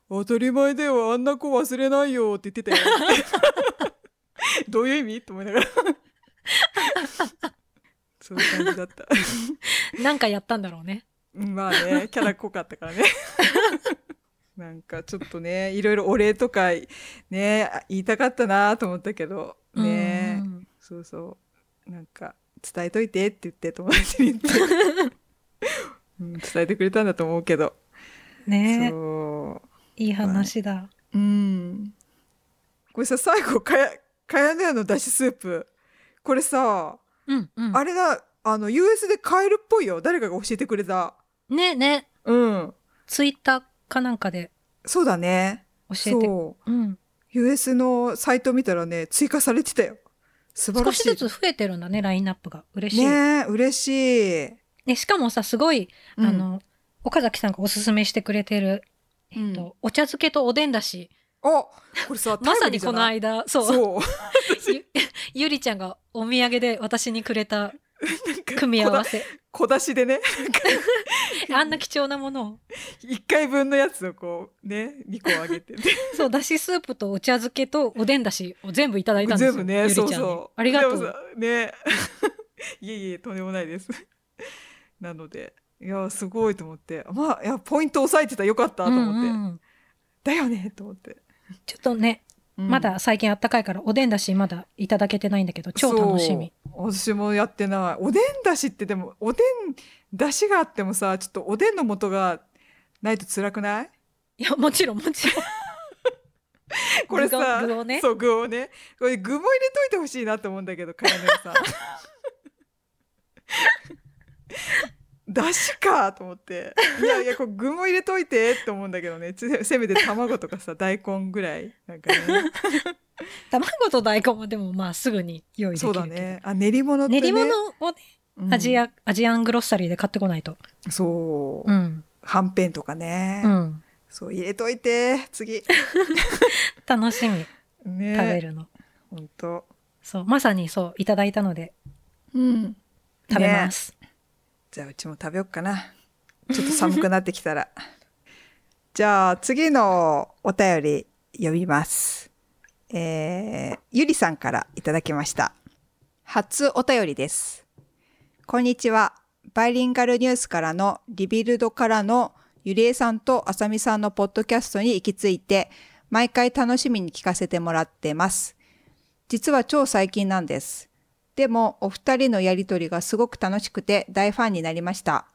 S3: 当たり前だよ、あんな子忘れないよって言ってたよ。 どういう意味と思いながら。そういう感じだった。
S2: なんかやったんだろうね。
S3: うんまあね、キャラ濃かっ たからね。なんかちょっとね、いろいろお礼とか、ね、あ言いたかったなと思ったけど、ね、
S2: うん
S3: そうそう。なんか、伝えといてって言って友 達に言って。うん、伝えてくれたんだと思うけど。
S2: ね
S3: そう。
S2: いい話だ。
S4: うん。
S3: これさ最後かやかやのやのだしスープこれさ
S2: うんうん。
S3: あれだあの US で買えるっぽいよ誰かが教えてくれた
S2: ねね、
S3: うん
S2: ツイッターかなんかで
S3: そうだね
S2: 教えて。
S3: そう
S2: うん
S3: US のサイト見たらね追加されてたよ素晴
S2: 少
S3: らし
S2: し
S3: い
S2: ずつ増えてるんだね、ラインナップが。嬉しい。ね
S3: ねえ嬉しい、
S2: しかもさ、すごい、
S3: うん
S2: あの、岡崎さんがおすすめしてくれてる、えっと、
S3: うん
S2: お茶漬けとおでんだし、
S3: あこれさ
S2: まさにこの
S3: タイムリー
S2: 間、
S3: じ
S2: そう、
S3: ゃないそう
S2: ゆ ゆりちゃんがお土産で私にくれた
S3: なんか
S2: 組み合わ せ。
S3: 小出しでね
S2: あんな貴重なものを。
S3: 一回分のやつをこうね二個あ げて
S2: そう、だしスープとお茶漬けとおでんだしを全部いただいたんですよ。
S3: 全部ね
S2: ゆりちゃ
S3: そ
S2: ん
S3: う
S2: に
S3: そう
S2: ありがと
S3: でも
S2: う。
S3: さね いえいえとんでもないです なのでいやすごいと思ってまあいやポイント押さえてたよかったと思って、
S2: うんうん
S3: だよねと思って、
S2: ちょっとね、
S3: うん
S2: まだ最近あったかいからおでんだしまだいただけてないんだけど、超楽しみ。
S3: そう私もやってないおでんだしってでもおでんだしがあってもさちょっとおでんの素がないと辛くない
S2: いや、もちろんもちろん。
S3: これさ
S2: 具を具をね
S3: そう具をねこれ具も入れといてほしいなと思うんだけどかやね さんだしかと思っていやいやこう具も入れといてって思うんだけどねつせめて卵とかさ大根ぐらいなん かね
S2: 卵と大根もでもまあすぐに用意でき
S3: そ
S2: る
S3: う
S2: けど。
S3: だねあ練り物って、ね、
S2: 練り物をね、
S3: うん
S2: アジア、アジアングロッサリーで買ってこないと。
S3: そう、
S2: うん。
S3: はんぺんとかね、
S2: うん。
S3: そう入れといて次
S2: 楽しみ、
S3: ね
S2: 食べるの。
S3: ほんと
S2: そう、まさにそう、いただいたので
S3: うん
S2: 食べます。
S3: じゃあうちも食べよっかな。ちょっと寒くなってきたら。 じゃあ次のお便り読みます。えー、ゆりさんからいただきました。初お便りです。こんにちは。バイリンガルニュースからのリビルドからのゆりえさんとあさみさんのポッドキャストに行き着いて、毎回楽しみに聞かせてもらってます。実は超最近なんです。でも、お二人のやりとりがすごく楽しくて大ファンになりました。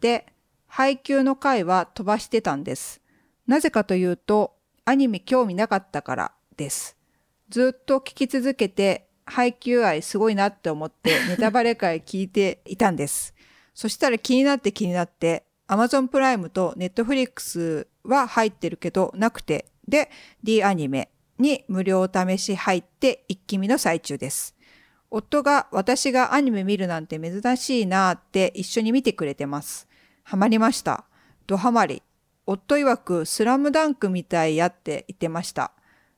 S3: で、配給の回は飛ばしてたんです。なぜかというと、アニメ興味なかったからです。ずっと聞き続けて、配給愛すごいなって思って、 ネタバレ会聞いていたんです。そしたら気になって気になって、Amazon プライムと Netflix は入ってるけどなくて、で、D アニメに無料お試し入って一気見の最中です。夫が私がアニメ見るなんて珍しいなーって一緒に見てくれてます。ハマりました。ドハマり。夫曰くスラムダンクみたいやって言ってました。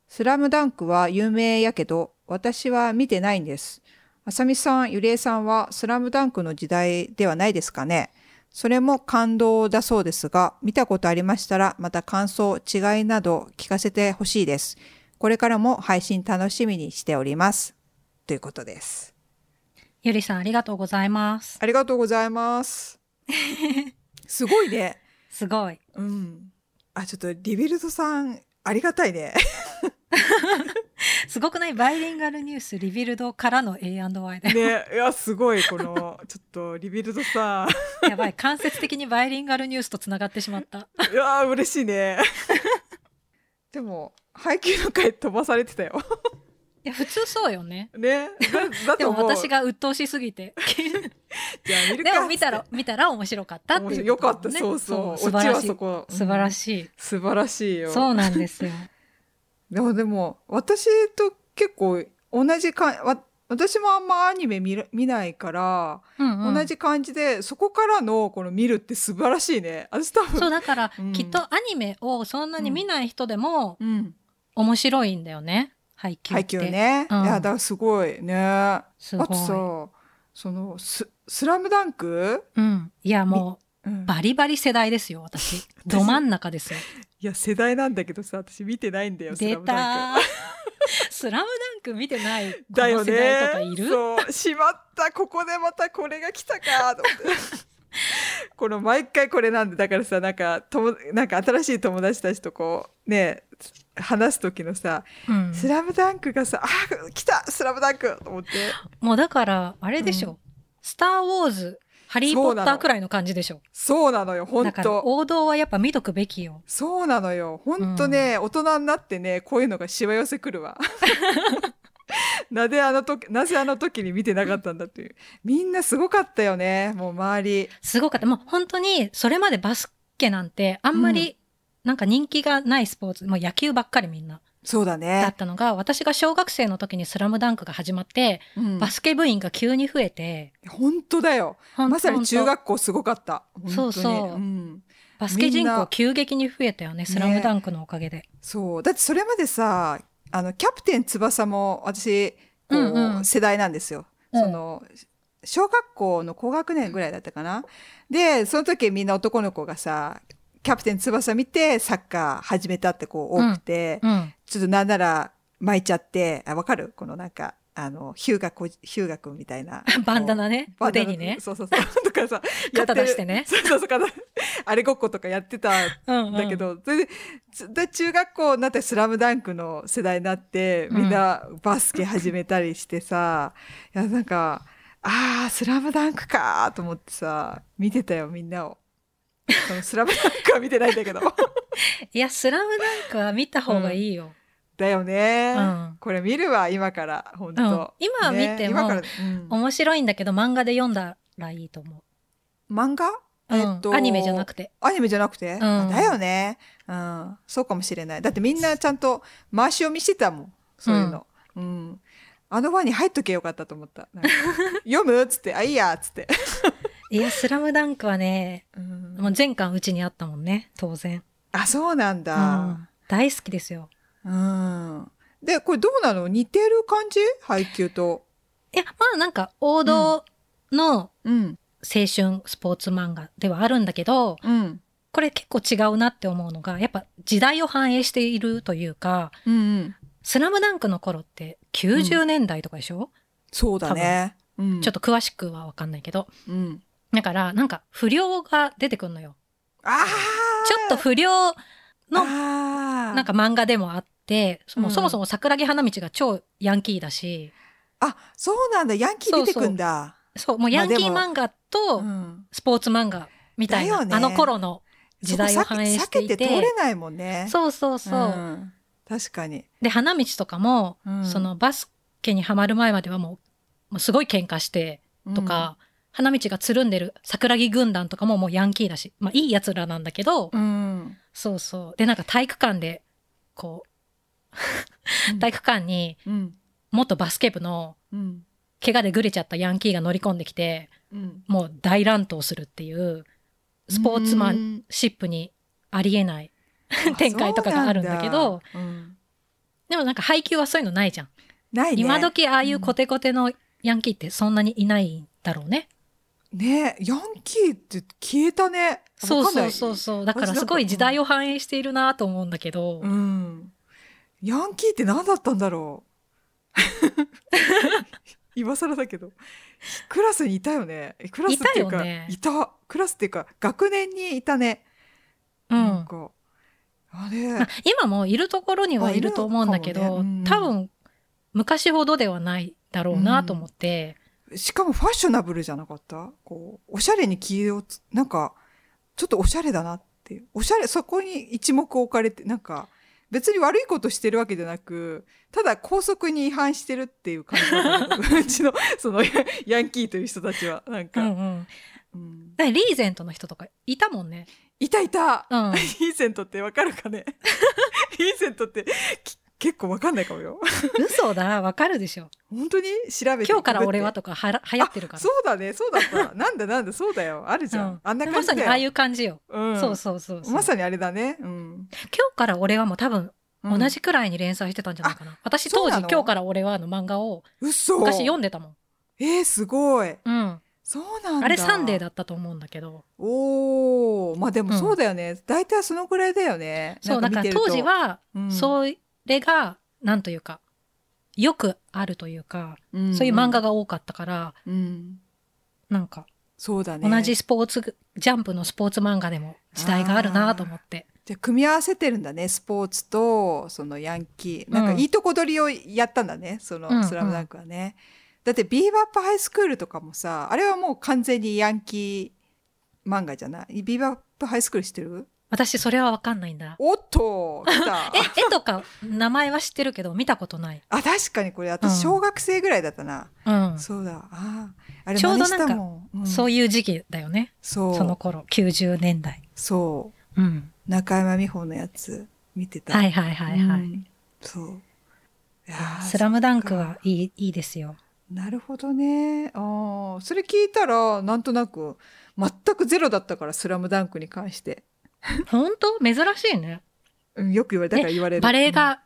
S3: スラムダンクは有名やけど、私は見てないんです。あさみさん、ゆりえさんはスラムダンクの時代ではないですかね。それも感動だそうですが、見たことありましたら、また感想、違いなど聞かせてほしいです。これからも配信楽しみにしております。ということです。
S2: ゆりさんありがとうございます。
S3: ありがとうございます。すごいね。
S2: すごい。
S3: うん。あ、ちょっとリビルドさん、ありがたいね。
S2: すごくないバイリンガルニュースリビルドからの A&Y で。
S3: ね、いや、すごい、この、ちょっとリビルドさん。
S2: やばい。間接的にバイリンガルニュースとつながってしま った。
S3: いやー、嬉しいね。でも、配給の回飛ばされてたよ。
S2: いや、普通そうよね。
S3: ね、だだ
S2: で
S3: と
S2: も
S3: 思う。
S2: 私が鬱陶しすぎ て。
S3: じゃあ見る
S2: で
S3: か
S2: も見たら、見たら面白かったって
S3: 面
S2: い
S3: 白
S2: う
S3: いよ
S2: こ
S3: か
S2: と
S3: った、
S2: だもんね、
S3: そうそう。
S2: 素
S3: オ
S2: 晴
S3: チ
S2: ら
S3: は
S2: しい
S3: そ。こ。
S2: 素晴ら
S3: い。
S2: しい。
S3: 素晴らしいよ。
S2: そうなんです よ。
S3: でもでも私と結構同じかわ私もあんまアニメ見る見ないから、
S2: うんうん
S3: 同。じ感じでそこからのこの見るって素晴らしいね私多分
S2: そうだから、
S3: うん
S2: きっとアニメをそんなに見ない人でも
S3: うん、
S2: 面白いんだよね。配給って。
S3: 配給ね、
S2: うん
S3: いやだからすごいねあ
S2: すごい
S3: とさそのス「スラムダンク、
S2: うん。いや、も
S3: うん
S2: う、バリバリ世代ですよ、 私。ど真ん中ですよ。
S3: いや世代なんだけどさ私見てないんだよ「ス
S2: 出
S3: ラムダン
S2: た
S3: ク
S2: ー スラムダンク見てないこ
S3: だよ
S2: の世代とか
S3: ね
S2: いる、
S3: そうしまったここでまたこれが来たかと思ってこの毎回これなんでだからさなんかともなんか新しい友達たちとこうね話す時のさ
S2: うん
S3: 「スラムダンクがさあ来たスラムダンクと思って
S2: もうだからあれでしょ、
S3: う
S2: スター・ウォーズハリー・ポッターくらいの感じでしょ。
S3: そうなのよ、本
S2: だから
S3: 当
S2: 王道はやっぱ見とくべきよ。
S3: そうなのよ、本当ね、大人になってね、こういうのがしわ寄せく るわ。なであの時、なぜあの時に見てなかったんだっていう。みんなすごかったよね、もう周り。
S2: すごかった。もう本当にそれまでバスケなんてあんまりなんか人気がないスポーツ、もう野球ばっかりみんな
S3: そうだ
S2: だ
S3: ね
S2: っ。たのが、私が小学生の時にスラムダンクが始まって、
S3: うん
S2: バスケ部員が急に増えて、
S3: 本当だよ。
S2: ほん
S3: まさ
S2: ほ
S3: に
S2: んと
S3: 中学校すごかった。本当に
S2: そうそう
S3: うん
S2: バスケ人
S3: みん
S2: 口
S3: な
S2: 急激に増えたよね、スラムダンクのおかげで。
S3: そう。だってそれまでさ、あの、キャプテン翼も私、こう、
S2: うんうん
S3: 世代なんですよ。
S2: うん
S3: その、小学校の高学年ぐらいだったかな。で、その時みんな男の子がさ、キャプテン翼見てサッカー始めたってこう多くて、
S2: うん。。
S3: ちょっとなんなら巻いちゃって、あ、わかるこのなんか、あの、ヒューガこじ、ヒューガ君みたいな
S2: バンダナね
S3: こうバンダナ
S2: 腕にね
S3: そうそうそう。 とかさ、やって
S2: 肩
S3: る
S2: 出してね
S3: そうそうそう肩。あれごっことかやってた
S2: うん、うん。
S3: だけ、ど、それでつで中学校になって「スラムダンクの世代になってみんなバスケ始めたりし てさ、いやなんか「あースラムダンクか」と思ってさ見てたよみんなを。そのスラムダンクは見てないんだけ ど
S2: いや、スラムダンクは見た方がいいよ。
S3: だよね、
S2: うん
S3: これ見るわ今から本当、
S2: うん今は見ても
S3: 今から、うん
S2: 面白いんだけど、漫画で読んだらいいと思
S3: 漫画
S2: う。うんアニメじゃなくて。
S3: アニメじゃなくて、
S2: ん
S3: あだよね、うん、そうかもしれないだってみんなちゃんと回し読みしてたもんそういうの、うんあの輪に入っとけよかったと思ったなんか読むっつって「あいいや」っつって、
S2: いや、スラムダンクはね、
S3: うん
S2: もう全巻うちにあったもんね、当然。
S3: あそうなん
S2: うん
S3: だ、、
S2: 大好きですよ。
S3: うんでこれどうなの似てる感じ配給と、
S2: いや、まあなんか王道の
S3: うん
S2: 青春スポーツ漫画ではあるんだけど、
S3: うん、
S2: これ結構違うなって思うのが、やっぱ時代を反映しているというか、
S3: うんうん
S2: スラムダンクの頃って90年代とかでしょ、
S3: そうだね、うん、
S2: ちょっと詳しくはわかんないけど。
S3: うん、
S2: だから、なんか不良が出てくるのよ。
S3: あ
S2: ちょっと不良の
S3: の
S2: なんか漫画でもあって、そも
S3: うん
S2: そもそも桜木花道が超ヤンキーだし、
S3: あそうなんだヤンキー出てくんだ
S2: そう、もうヤンキー
S3: まあで
S2: 漫画と
S3: うん
S2: スポーツ漫画みたい
S3: だ
S2: な、
S3: よね
S2: あの頃の時代を反映していて
S3: そこ避け避けて通れないもんね
S2: そうそうそう。
S3: うん確かに、
S2: で、花道とかも、
S3: うん
S2: そのバスケにはまる前まではもう、もうすごい喧嘩してとか、花道がつるんでる桜木軍団とかももうヤンキーだし、まあいい奴らなんだけど、
S3: うん、
S2: そうそう。で、なんか体育館で、こ
S3: うん
S2: う、体育館に
S3: うん
S2: 元バスケ部の
S3: うん
S2: 怪我でぐれちゃったヤンキーが乗り込んできて、
S3: うん
S2: もう大乱闘するっていう、スポーツマンシップにありえない展開とかがあるんだけど、
S3: そうなんだうん
S2: でもなんか配給はそういうのないじゃん。
S3: ないね
S2: 今時ああいうコテコテのヤンキーってそんなにいないんだろうね。
S3: ねヤンキーって消えたね
S2: そう
S3: わかん
S2: そ
S3: な
S2: う
S3: い
S2: そうそう。だか
S3: 私な
S2: ら
S3: んか
S2: すごい時代を反映しているなと思うんだけど、
S3: うんヤンキーって何だったんだろう 今更だけどクラスにいたよねクラスっていう
S2: いたよ
S3: か
S2: ね
S3: たクラスっていうか学年にいたね、
S2: うん。
S3: なんかあれ
S2: まあ 今もいるところにはいると思うんだけ
S3: あいるの
S2: ど、
S3: かもねうん
S2: 多分昔ほどではないだろうなと思って、
S3: しかもファッショナブルじゃなかったこう、おしゃれに気をつ、なんか、ちょっとおしゃれだなっていう。おしゃれ、そこに一目置かれて、なんか、別に悪いことしてるわけじゃなく、ただ校則に違反してるっていう感じだったうちの、 その、ヤヤンキーという人たちは、なん
S2: うん、うん
S3: か、うん
S2: だからリーゼントの人とかいたもんね。
S3: いたいた、
S2: うん。
S3: リーゼントってわかるか ねリーゼントって、き結構わかんないかもよ。
S2: 嘘だ、わかるでしょ。
S3: 本当に調べて。
S2: 今日から俺は
S3: と
S2: とかはら流行ってるから。
S3: そうだね、そうだった。なんだなんだ、そうだよ。あるじゃん。
S2: うん
S3: あんな感
S2: ま
S3: じ
S2: さ
S3: だよ。
S2: にああいう感じよ。
S3: うん、
S2: そうそうそうそう
S3: まさにあれだね。うん。
S2: 今日から俺はもう多分
S3: うん
S2: 同。じくらいに連載してたんじゃないかな。私
S3: そ
S2: 当
S3: うな
S2: 時
S3: の
S2: 今日から俺はの漫画を
S3: 嘘。
S2: 昔読んでたもん。
S3: えー、すごい。
S2: うん。
S3: そうなんだ。
S2: あれサンデーだ。ったと思うんだけど。
S3: おお、まあでも
S2: うん
S3: そうだよね。大体そのぐらいだよね。
S2: そう、だ
S3: 見
S2: か
S3: て
S2: ら
S3: ると
S2: 当時、は、
S3: うん
S2: それが、なんというか、よくあるというか、
S3: うん
S2: そういう漫画。が多かったから、
S3: うん。
S2: なんか
S3: そうだね。
S2: 同じ。スポーツ、ジャンプのスポーツ漫画でも時代があるなと思って。
S3: じゃあ組み合わせてるんだね。スポーツと、そのヤンキー。なんか
S2: うん
S3: いいとこ取りをやったんだね。その、
S2: うん
S3: スラムダンクはね。だってビーバップハイスクールとかもさ、あれはもう完全にヤンキー漫画じゃないビーバップハイスクール知ってる
S2: 私、それはわかんないん だ。
S3: おっと来た
S2: え、絵とか名前は知ってるけど、見たことない。
S3: あ、確かにこれ
S2: うん
S3: 私小学生ぐらいだったな。
S2: うん。
S3: そうだ。あーあれ
S2: ちょうど
S3: 真似したもん。
S2: そう
S3: い
S2: いう時期だよね。
S3: そう。
S2: その頃、90年代。
S3: そ
S2: うん。
S3: う。中山美穂のやつ見てた。
S2: はいはいはいはい。
S3: うんそう。いやー
S2: スラムダンクはいいいいです よ。
S3: なるほどね。ああ、それ聞いたら、なんとなく、全くゼロだったから、スラムダンクに関して。
S2: 本当珍しいね。
S3: うんよく言われ、だから言われる。
S2: バレエが、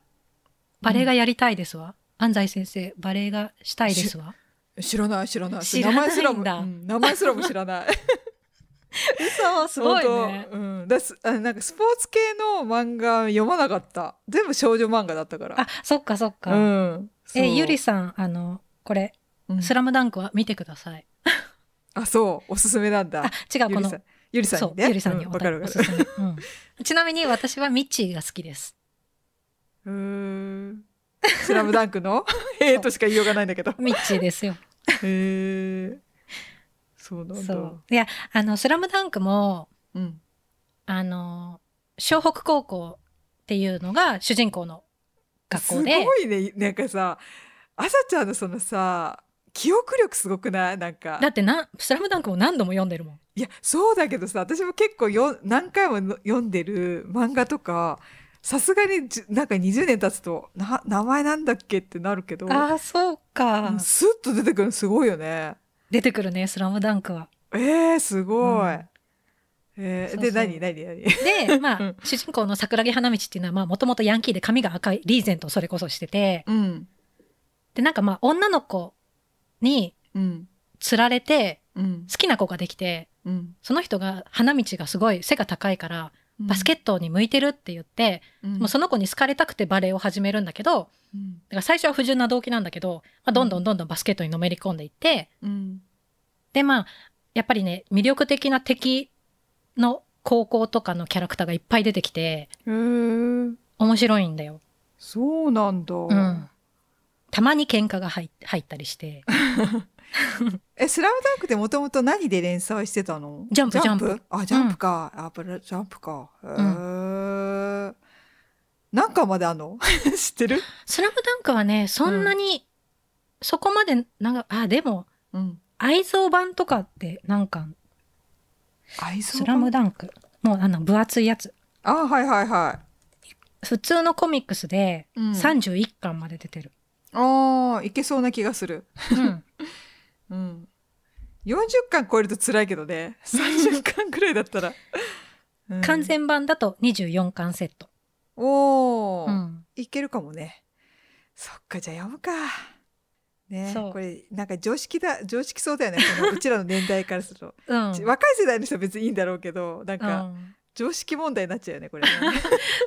S2: バレエがやりたいですわ。安西先生、バレエがしたいですわ。
S3: うん。知らない、知らない。
S2: 知らないんだ
S3: 名前すらも、うん名前すらも知らない。
S2: 嘘、すごいね
S3: 本。当うん。だすあなんか、スポーツ系の漫画読まなかった。全部少女漫画だったから。
S2: あ、そっかそっか。
S3: うん。そう
S2: え、ゆりさん、あの、これ、
S3: うん
S2: スラムダンクは見てください。
S3: あ、そう。おすすめなん
S2: あ。、
S3: だ
S2: 違う、
S3: ゆ
S2: こ
S3: り
S2: の
S3: さん。。ゆりさん
S2: そ
S3: に
S2: う、
S3: ね。
S2: ゆりさんに
S3: う
S2: お
S3: わかるわ
S2: お
S3: か
S2: す
S3: る。
S2: すめ。うんちなみに私はミッチーが好きです。
S3: うーん。スラムダン クのええとしか言いようがないんだけど。
S2: ミッチーです よ。
S3: へえ。そうなんだ。
S2: そう。いや、あの、スラムダンクも、
S3: うん。
S2: あの、湘北高校っていうのが主人公の学校
S3: す
S2: で、
S3: ごいね。なんかさ、あさちゃんのそのさ、記憶力すごくないなんか
S2: だ。ってな、スラムダンクも何度も読んでるもん。
S3: いや、そうだけどさ、私も結構よ何回もの読んでる漫画とか、さすがにじゅなんか20年経つと、な、名前なんだっけってなるけど、
S2: ああ、そうか、
S3: うんスッと出てくるのすごいよね。
S2: 出てくるね、スラムダンクは。
S3: えー、すごい。
S2: うん
S3: え
S2: そ
S3: ー
S2: うそう
S3: で、何、何、何
S2: で、まあ、
S3: うん
S2: 主人公の桜木花道っていうのは、まあ、もともとヤンキーで髪が赤いリーゼントをそれこそしてて、
S3: うん。
S2: で、なんかまあ、女の子に
S3: うん。
S2: 釣られて、
S3: うん。
S2: 好きな子ができて、
S3: うん。
S2: その人が花道がすごい背が高いから、バスケ
S3: ッ
S2: ットに向いてるって言って、
S3: ト、
S2: もうその子に好かれたくてバレエを始めるんだけど、
S3: うん。
S2: だから最初は不純な動機なんだけど、まあ、どんど
S3: うん
S2: んどんどんバスケットにのめり込んでいって、
S3: うん。
S2: でまあやっぱりね魅力的な敵の高校とかのキャラクターがいっぱい出てきて
S3: へー。
S2: 面白いんだよ。
S3: そうなんだ。
S2: うん、たまに喧嘩が入っ入ったりして
S3: え、スラムダンクってもともと何で連載してたの
S2: ジャンプジャン
S3: あ、ジャンプか。あ、ブラジャンプか。へー。何巻まであんの 知ってる
S2: 「スラムダンクはねそんなに、そこまでなんかあでも
S3: うん。
S2: 愛蔵版とかってなんか「
S3: 愛想
S2: スラムダンク」もうあの分厚いやつ
S3: あ、はいはいは
S2: 普通のコミックスで
S3: い。うん
S2: 31巻まで出てる。
S3: ああ、いけそうな気がする。
S2: うん、
S3: うん。40巻超えると辛いけ どね。30巻くらいだったら。うん
S2: 完。全版だと24巻セット。
S3: お
S2: う
S3: ー。
S2: ん
S3: いけるかもね。そっか、じゃあ読むか。ね
S2: そう
S3: これ、なんか常識だ、常識そうだよね。 このうちらの年代からすると。
S2: うん
S3: ち若い世代の人は別にいいんだろうけど、なん
S2: う
S3: か
S2: ん
S3: 常識問題になっちゃうよね、こ れね。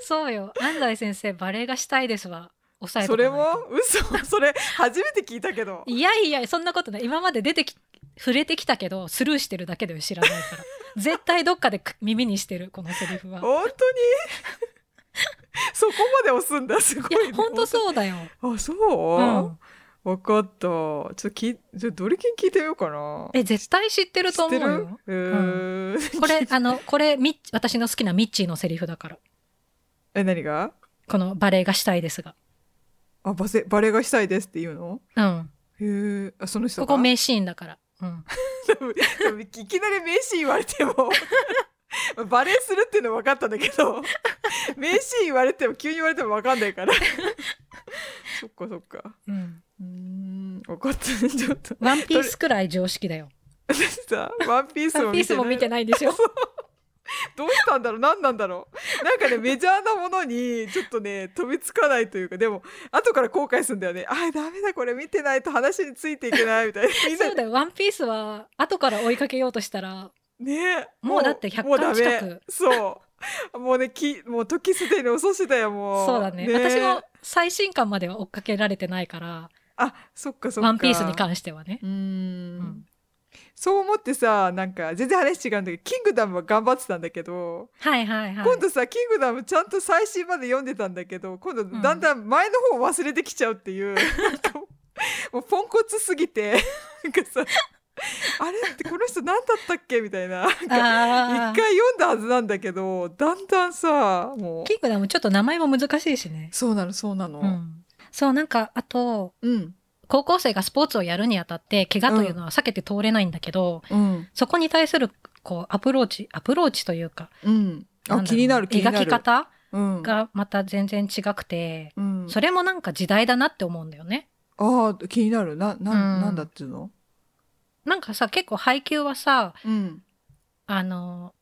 S2: そうよ安西先生バレエがしたいですわ抑えと
S3: そ
S2: かな
S3: れ
S2: いと
S3: も嘘それ、初めて聞いたけど。
S2: いやいやそんなことない今まで出てき触れてきたけどスルーしてるだけだよ知らないから 絶対どっかでく耳にしてるこのセリフは
S3: 本当にそこまで押すんだ、すご
S2: い
S3: い、ね。
S2: やほんとそうだよ
S3: う。あ、そう
S2: うん、
S3: わ、かった。ちょっとき、ちょドリキン聞いてみようかな。
S2: え絶対知ってると思う
S3: 知
S2: よ
S3: ってるえー
S2: これあのこれミッ私の好きなミッチーのセリフだから
S3: え、何が
S2: このバレエがしたいですが
S3: あ、バセ、バレエがしたいですって言うの
S2: うん
S3: へえ、あその人
S2: こ
S3: が
S2: こ名シーンだからうん
S3: 多分多分いきなり名シーン言われても バレーするっていうのは分かったんだけど名シーン言われても急に言われても分かんないからそっかそっか
S2: うん
S3: うーん分かったちょっと
S2: ワンピースくらい常識だよ。
S3: 私さワンピース
S2: ワ
S3: も
S2: ンピー
S3: 見
S2: ス
S3: て
S2: も見て
S3: ね
S2: ないでしょ。
S3: どうしたんだろう何なんだろうなんかねメジャーなものにちょっとね飛びつかないというかでも後から後悔するんだよねあーダメだこれ見てないと話についていけないみたいなみんな
S2: そうだよ。ワンピースは後から追いかけようとしたら、
S3: ねえ
S2: もうだって100
S3: もうダメ
S2: 近く
S3: そう もうねきもう時すでに遅しだよもう
S2: そうだね
S3: え
S2: 私も最新刊までは追っかけられてないから、
S3: あそっかそっか
S2: ワンピースに関してはね
S3: う。ーん
S2: うん
S3: そう思ってさなんか全然話違うんだけど「キングダム」は頑張ってたんだけど、
S2: はいはいはい。
S3: 今度さ「キングダム」ちゃんと 最新まで読んでたんだけど今度だんだん前の方を忘れてきちゃうっていう、なんかもうポンコツすぎてなんかさあれってこの人何だったっけみたいななんか一
S2: あ
S3: 回
S2: ー
S3: 読んだはずなんだけどだんだんさもう
S2: キングダムちょっと名前も難しいしね。
S3: そうなのそうなの
S2: うん。そう、なんか、あと、
S3: うん
S2: 高校生がスポーツをやるにあたって、怪我というのは避けて通れないんだけど、
S3: うん
S2: そこに対する、こう、アプローチ、アプローチというか、
S3: うん
S2: な
S3: あ
S2: んだ
S3: 気
S2: ろう
S3: になる気になる
S2: 描き方
S3: うん
S2: がまた全然違くて、
S3: うん
S2: それもなんか時代だなって思うんだよね。
S3: ああ気になるなな,、
S2: うん
S3: なんだっていうの
S2: なんかさ、結構配給はさ、
S3: うん
S2: あの、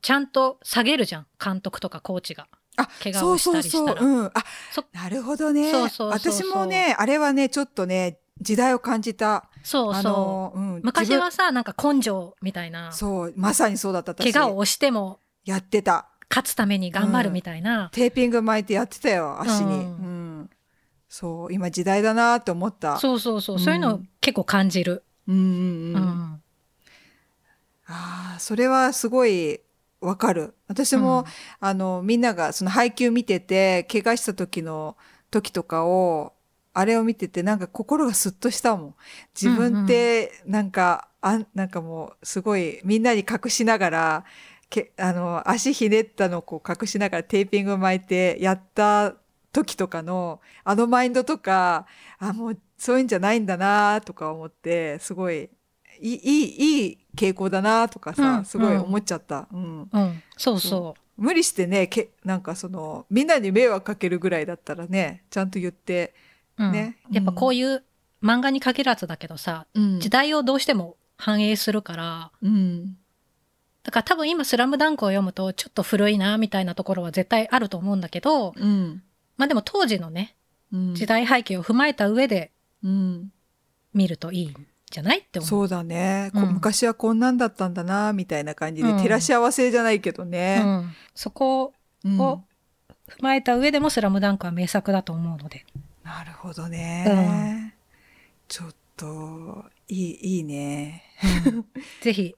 S2: ちゃんと下げるじゃん。監督とかコーチが。
S3: あ
S2: 怪我
S3: そ
S2: を
S3: う
S2: し
S3: そ
S2: た
S3: う
S2: りした
S3: そう
S2: ら。
S3: うんあ
S2: そ
S3: なるほどね
S2: そうそうそうそう
S3: 私もねあれはねちょっとね時代を感じた
S2: そうそう
S3: あの、うん、
S2: 昔
S3: 自分
S2: はさ、なんか根性みたいな、
S3: そうまさにそうだった
S2: 怪
S3: 私
S2: 我を押しても
S3: やってた
S2: 勝つために頑張るみたいな、
S3: テーピング巻いてやってたよ足に、
S2: う
S3: うんんそう今時代だなって思った
S2: そうそうそう、
S3: うん
S2: そういうのを結構感じる。
S3: うんうんうん、
S2: うん
S3: あーそれはすごいわかる私も、
S2: うん
S3: あのみんながその配給見てて怪我した時の時とかをあれを見ててなんか心がスッとしたもん自分ってなんか、あんなんかもうすごいみんなに隠しながらけあの足ひねったのをこう隠しながらテーピング巻いてやった時とかのあのマインドとかあもうそういうんじゃないんだなとか思ってすごいいいいいいい傾向だなとかさ、
S2: うん
S3: すごい思っちゃった。うん
S2: うんそうそ
S3: 無理してねけなんかそのみんなに迷惑かけるぐらいだったらねちゃんと言って、
S2: う。うん
S3: ね
S2: やっぱこういう漫画に限らずだけどさ、
S3: うん
S2: 時代をどうしても反映するから、
S3: うん
S2: だから多分今スラムダンクを読むとちょっと古いなみたいなところは絶対あると思うんだけど、
S3: うん
S2: まあでも当時のね、
S3: うん、
S2: 時代背景を踏まえた上で
S3: うん、
S2: 見るといいんじゃないって思う。
S3: そうだね、こ
S2: うん
S3: 昔はこんなんだったんだなみたいな感じで、
S2: うん
S3: 照らし合わせじゃないけど
S2: う
S3: ね、
S2: ん、そこ
S3: うん
S2: を踏まえた上でも「スラムダンクは名作だと思うので。
S3: なるほどね、ちょっといいいいね、
S2: ぜひ、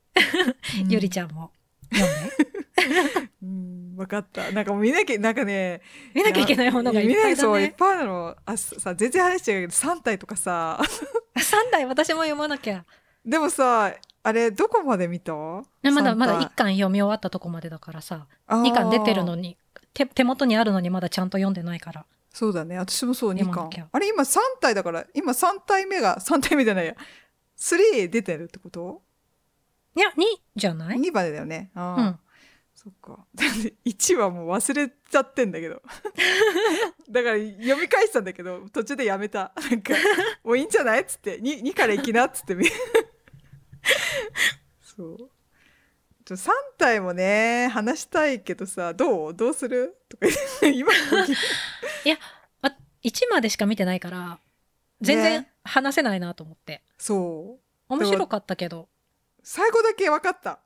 S2: ゆりちゃんも読んで。
S3: ゃん、うん、分かったなんかもう見なきゃなんかね
S2: 見なきゃいけないものがいっぱい
S3: 見なきゃ
S2: だ
S3: そういっ
S2: ね。
S3: ぱいあるのあさ全然話しちゃうけど3体とかさ
S2: 3台私も読まなきゃ。
S3: でもさあれどこまで見た
S2: ねまだ
S3: 三体
S2: まだ1巻読み終わったとこまでだからさ、
S3: あー
S2: 2巻出てるのに、手手元にあるのにまだちゃんと読んでないから。
S3: そうだね私もそう
S2: で
S3: 2
S2: もな
S3: 巻
S2: きゃ
S3: あれ今3体だから今3体目が3体目じゃないや3出てるってこと
S2: いや、2じゃない
S3: ?2 までだよねあ
S2: う
S3: ー
S2: ん。
S3: そっか だって1はもう忘れちゃってんだけど だから読み返したんだけど途中でやめたなんかもういいんじゃないっつって 2, 2から行きなっつってみそうちょ3体もね話したいけどさどうどうするとか言って 今の時
S2: あ1までしか見てないから、全然
S3: ね
S2: 話せないなと思って。
S3: そう
S2: 面白かったけど、
S3: 最後だけ分かった。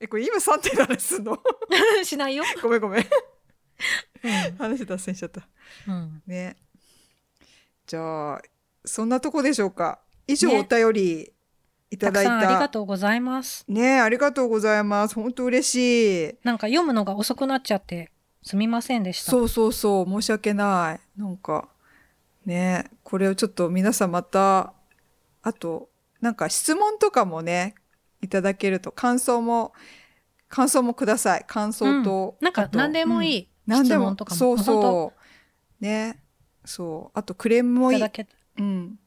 S3: え、これ今3点の話すんの
S2: しないよ。
S3: ごめんごめん。
S2: う
S3: 話脱線しちゃった。
S2: ん。うん
S3: ね。じゃあ、そんなとこでしょうか。以上
S2: ね
S3: お便りいた
S2: たく
S3: だい
S2: さん
S3: た。
S2: ありがとうございます。
S3: ねありがとうございます。本当嬉しい。
S2: なんか読むのが遅くなっちゃって、すみませんでした。
S3: そうそうそう、申し訳ない。なんか、ねこれをちょっと皆さんまた、あと、なんか質問とかもね、いただけると、感想も、感想もください。感想と。
S2: うんなん
S3: あ
S2: か
S3: と
S2: 何でも
S3: うん
S2: いい、
S3: 何
S2: 質
S3: でも
S2: 問とかも
S3: そう
S2: 本
S3: そうねそうあとクレーム
S2: 当
S3: も
S2: い
S3: い
S2: た
S3: い
S2: だけ
S3: うん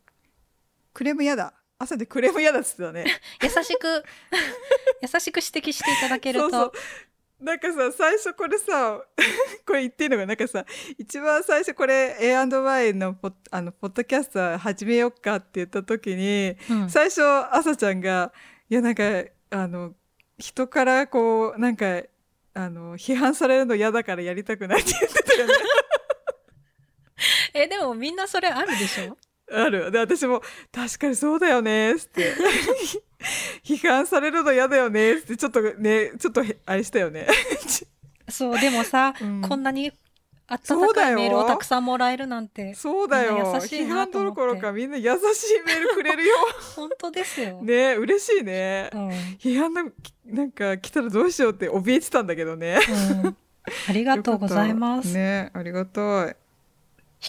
S3: クレーム嫌だ朝でクレーム嫌だっつって たね
S2: 優しく優しく指摘していただけると
S3: そうそうなんかさ最初これさ これ言っていいのがなんかさ一番最初これ A&Y のポッあのポッドキャスター始めよっかって言った時に、
S2: うん
S3: 最初朝ちゃんがいやなんかあの人からこうなんかあの批判されるの嫌だからやりたくないって言ってたよね
S2: えでもみんなそれあるでしょ
S3: ある。で、私も、確かにそうだよね、つって。 批判されるの嫌だよね、つって、ちょっとね、ちょっとへ、あれしたよね。
S2: そうでもさ、
S3: うん
S2: こんなに
S3: そ
S2: 温
S3: うだ
S2: かい
S3: よ
S2: メールをたくさんもらえるなんて
S3: そうだよ
S2: みんな。優しい
S3: 批
S2: な
S3: 判
S2: と
S3: ど
S2: 思って
S3: ころか、みんな優しいメールく れるよ。
S2: 本当ですよ、
S3: ね、嬉しいね
S2: う。ん、うん、
S3: 批判の、きなんか来たらどうしようって怯えてたんだけどね。あ
S2: ありがとうございます、
S3: ね、ありがたい。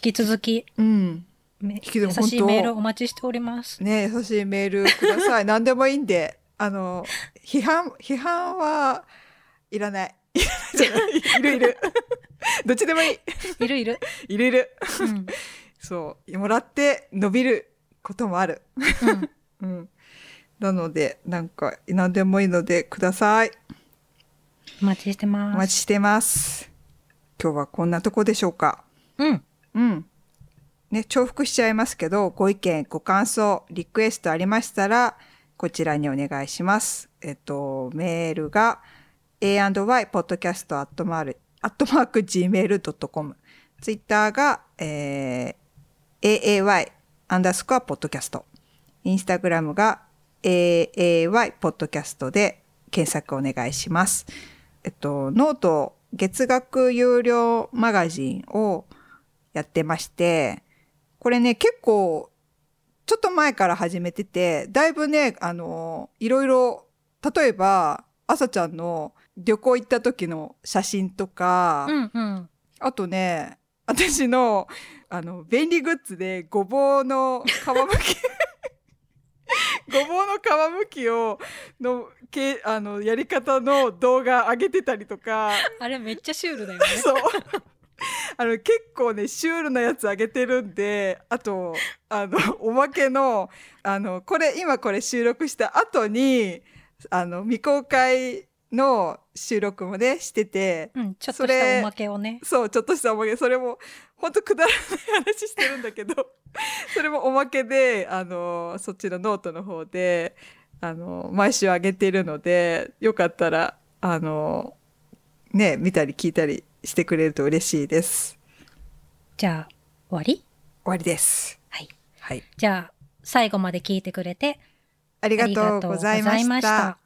S2: 引き続き
S3: うん。
S2: め
S3: けど
S2: 優しい
S3: 本当
S2: メールお待ちしております。
S3: ね優しいメールく ださい何でもいいんであの批判批判はい らない
S1: いるい る。どっちでもいい。
S2: いるいる。
S1: いるいる。
S2: うん。うん
S1: そう。もらって伸びることもある。 うん。
S3: なのでなんか何でもいいのでください
S2: お待ちして
S3: お
S2: ま
S3: 待ち
S2: す。
S3: してます今日はこんなとこでしょうか
S2: うん。
S3: うん。ね、重複しちゃいますけど、ご意見、ご感想、リクエストありましたら、こちらにお願いします。えっと、メールが a&ypodcast.gmail.com。ツイッターが、えー、aay アンダースコアポッドキャスト。インスタグラムが aay ポッドキャストで検索お願いします。えっと、ノート月額有料マガジンをやってまして、これね、結構、ちょっと前から始めてて、だいぶね、あの、いろいろ、例えば、朝ちゃんの旅行行った時の写真とか、
S2: うんうん。
S3: あとね、私の、あの、便利グッズで、ごぼうの皮むき、
S1: ごぼうの皮むきをのけあのやり方の動画上げてたりとか
S2: あれめっちゃシュールだよね。
S1: そうあの結構ねシュールなやつ上げてるんであとあのおまけのあのこれ今これ収録した後にあの未公開の収録もねしてて
S2: うん。ちょっと
S1: そ
S2: した
S1: れ
S2: おまけをね。
S1: そうちょっとしたおまけそれもほんとくだらない話してるんだけど それもおまけであのそっちのノートの方であの毎週あげてるのでよかったらあのね見たり聞いたりしてくれると嬉しいです
S2: じゃあ、終わり
S3: 終わりです。
S2: はい。
S3: はい。
S2: じゃあ、最後まで聞いてくれて
S3: あり
S2: あ
S3: が
S2: り
S3: と
S2: が
S3: う
S2: とう
S3: ご
S2: ご
S3: ざ
S2: ざ
S3: い
S2: い
S3: ま
S2: ま
S3: し
S2: したた。。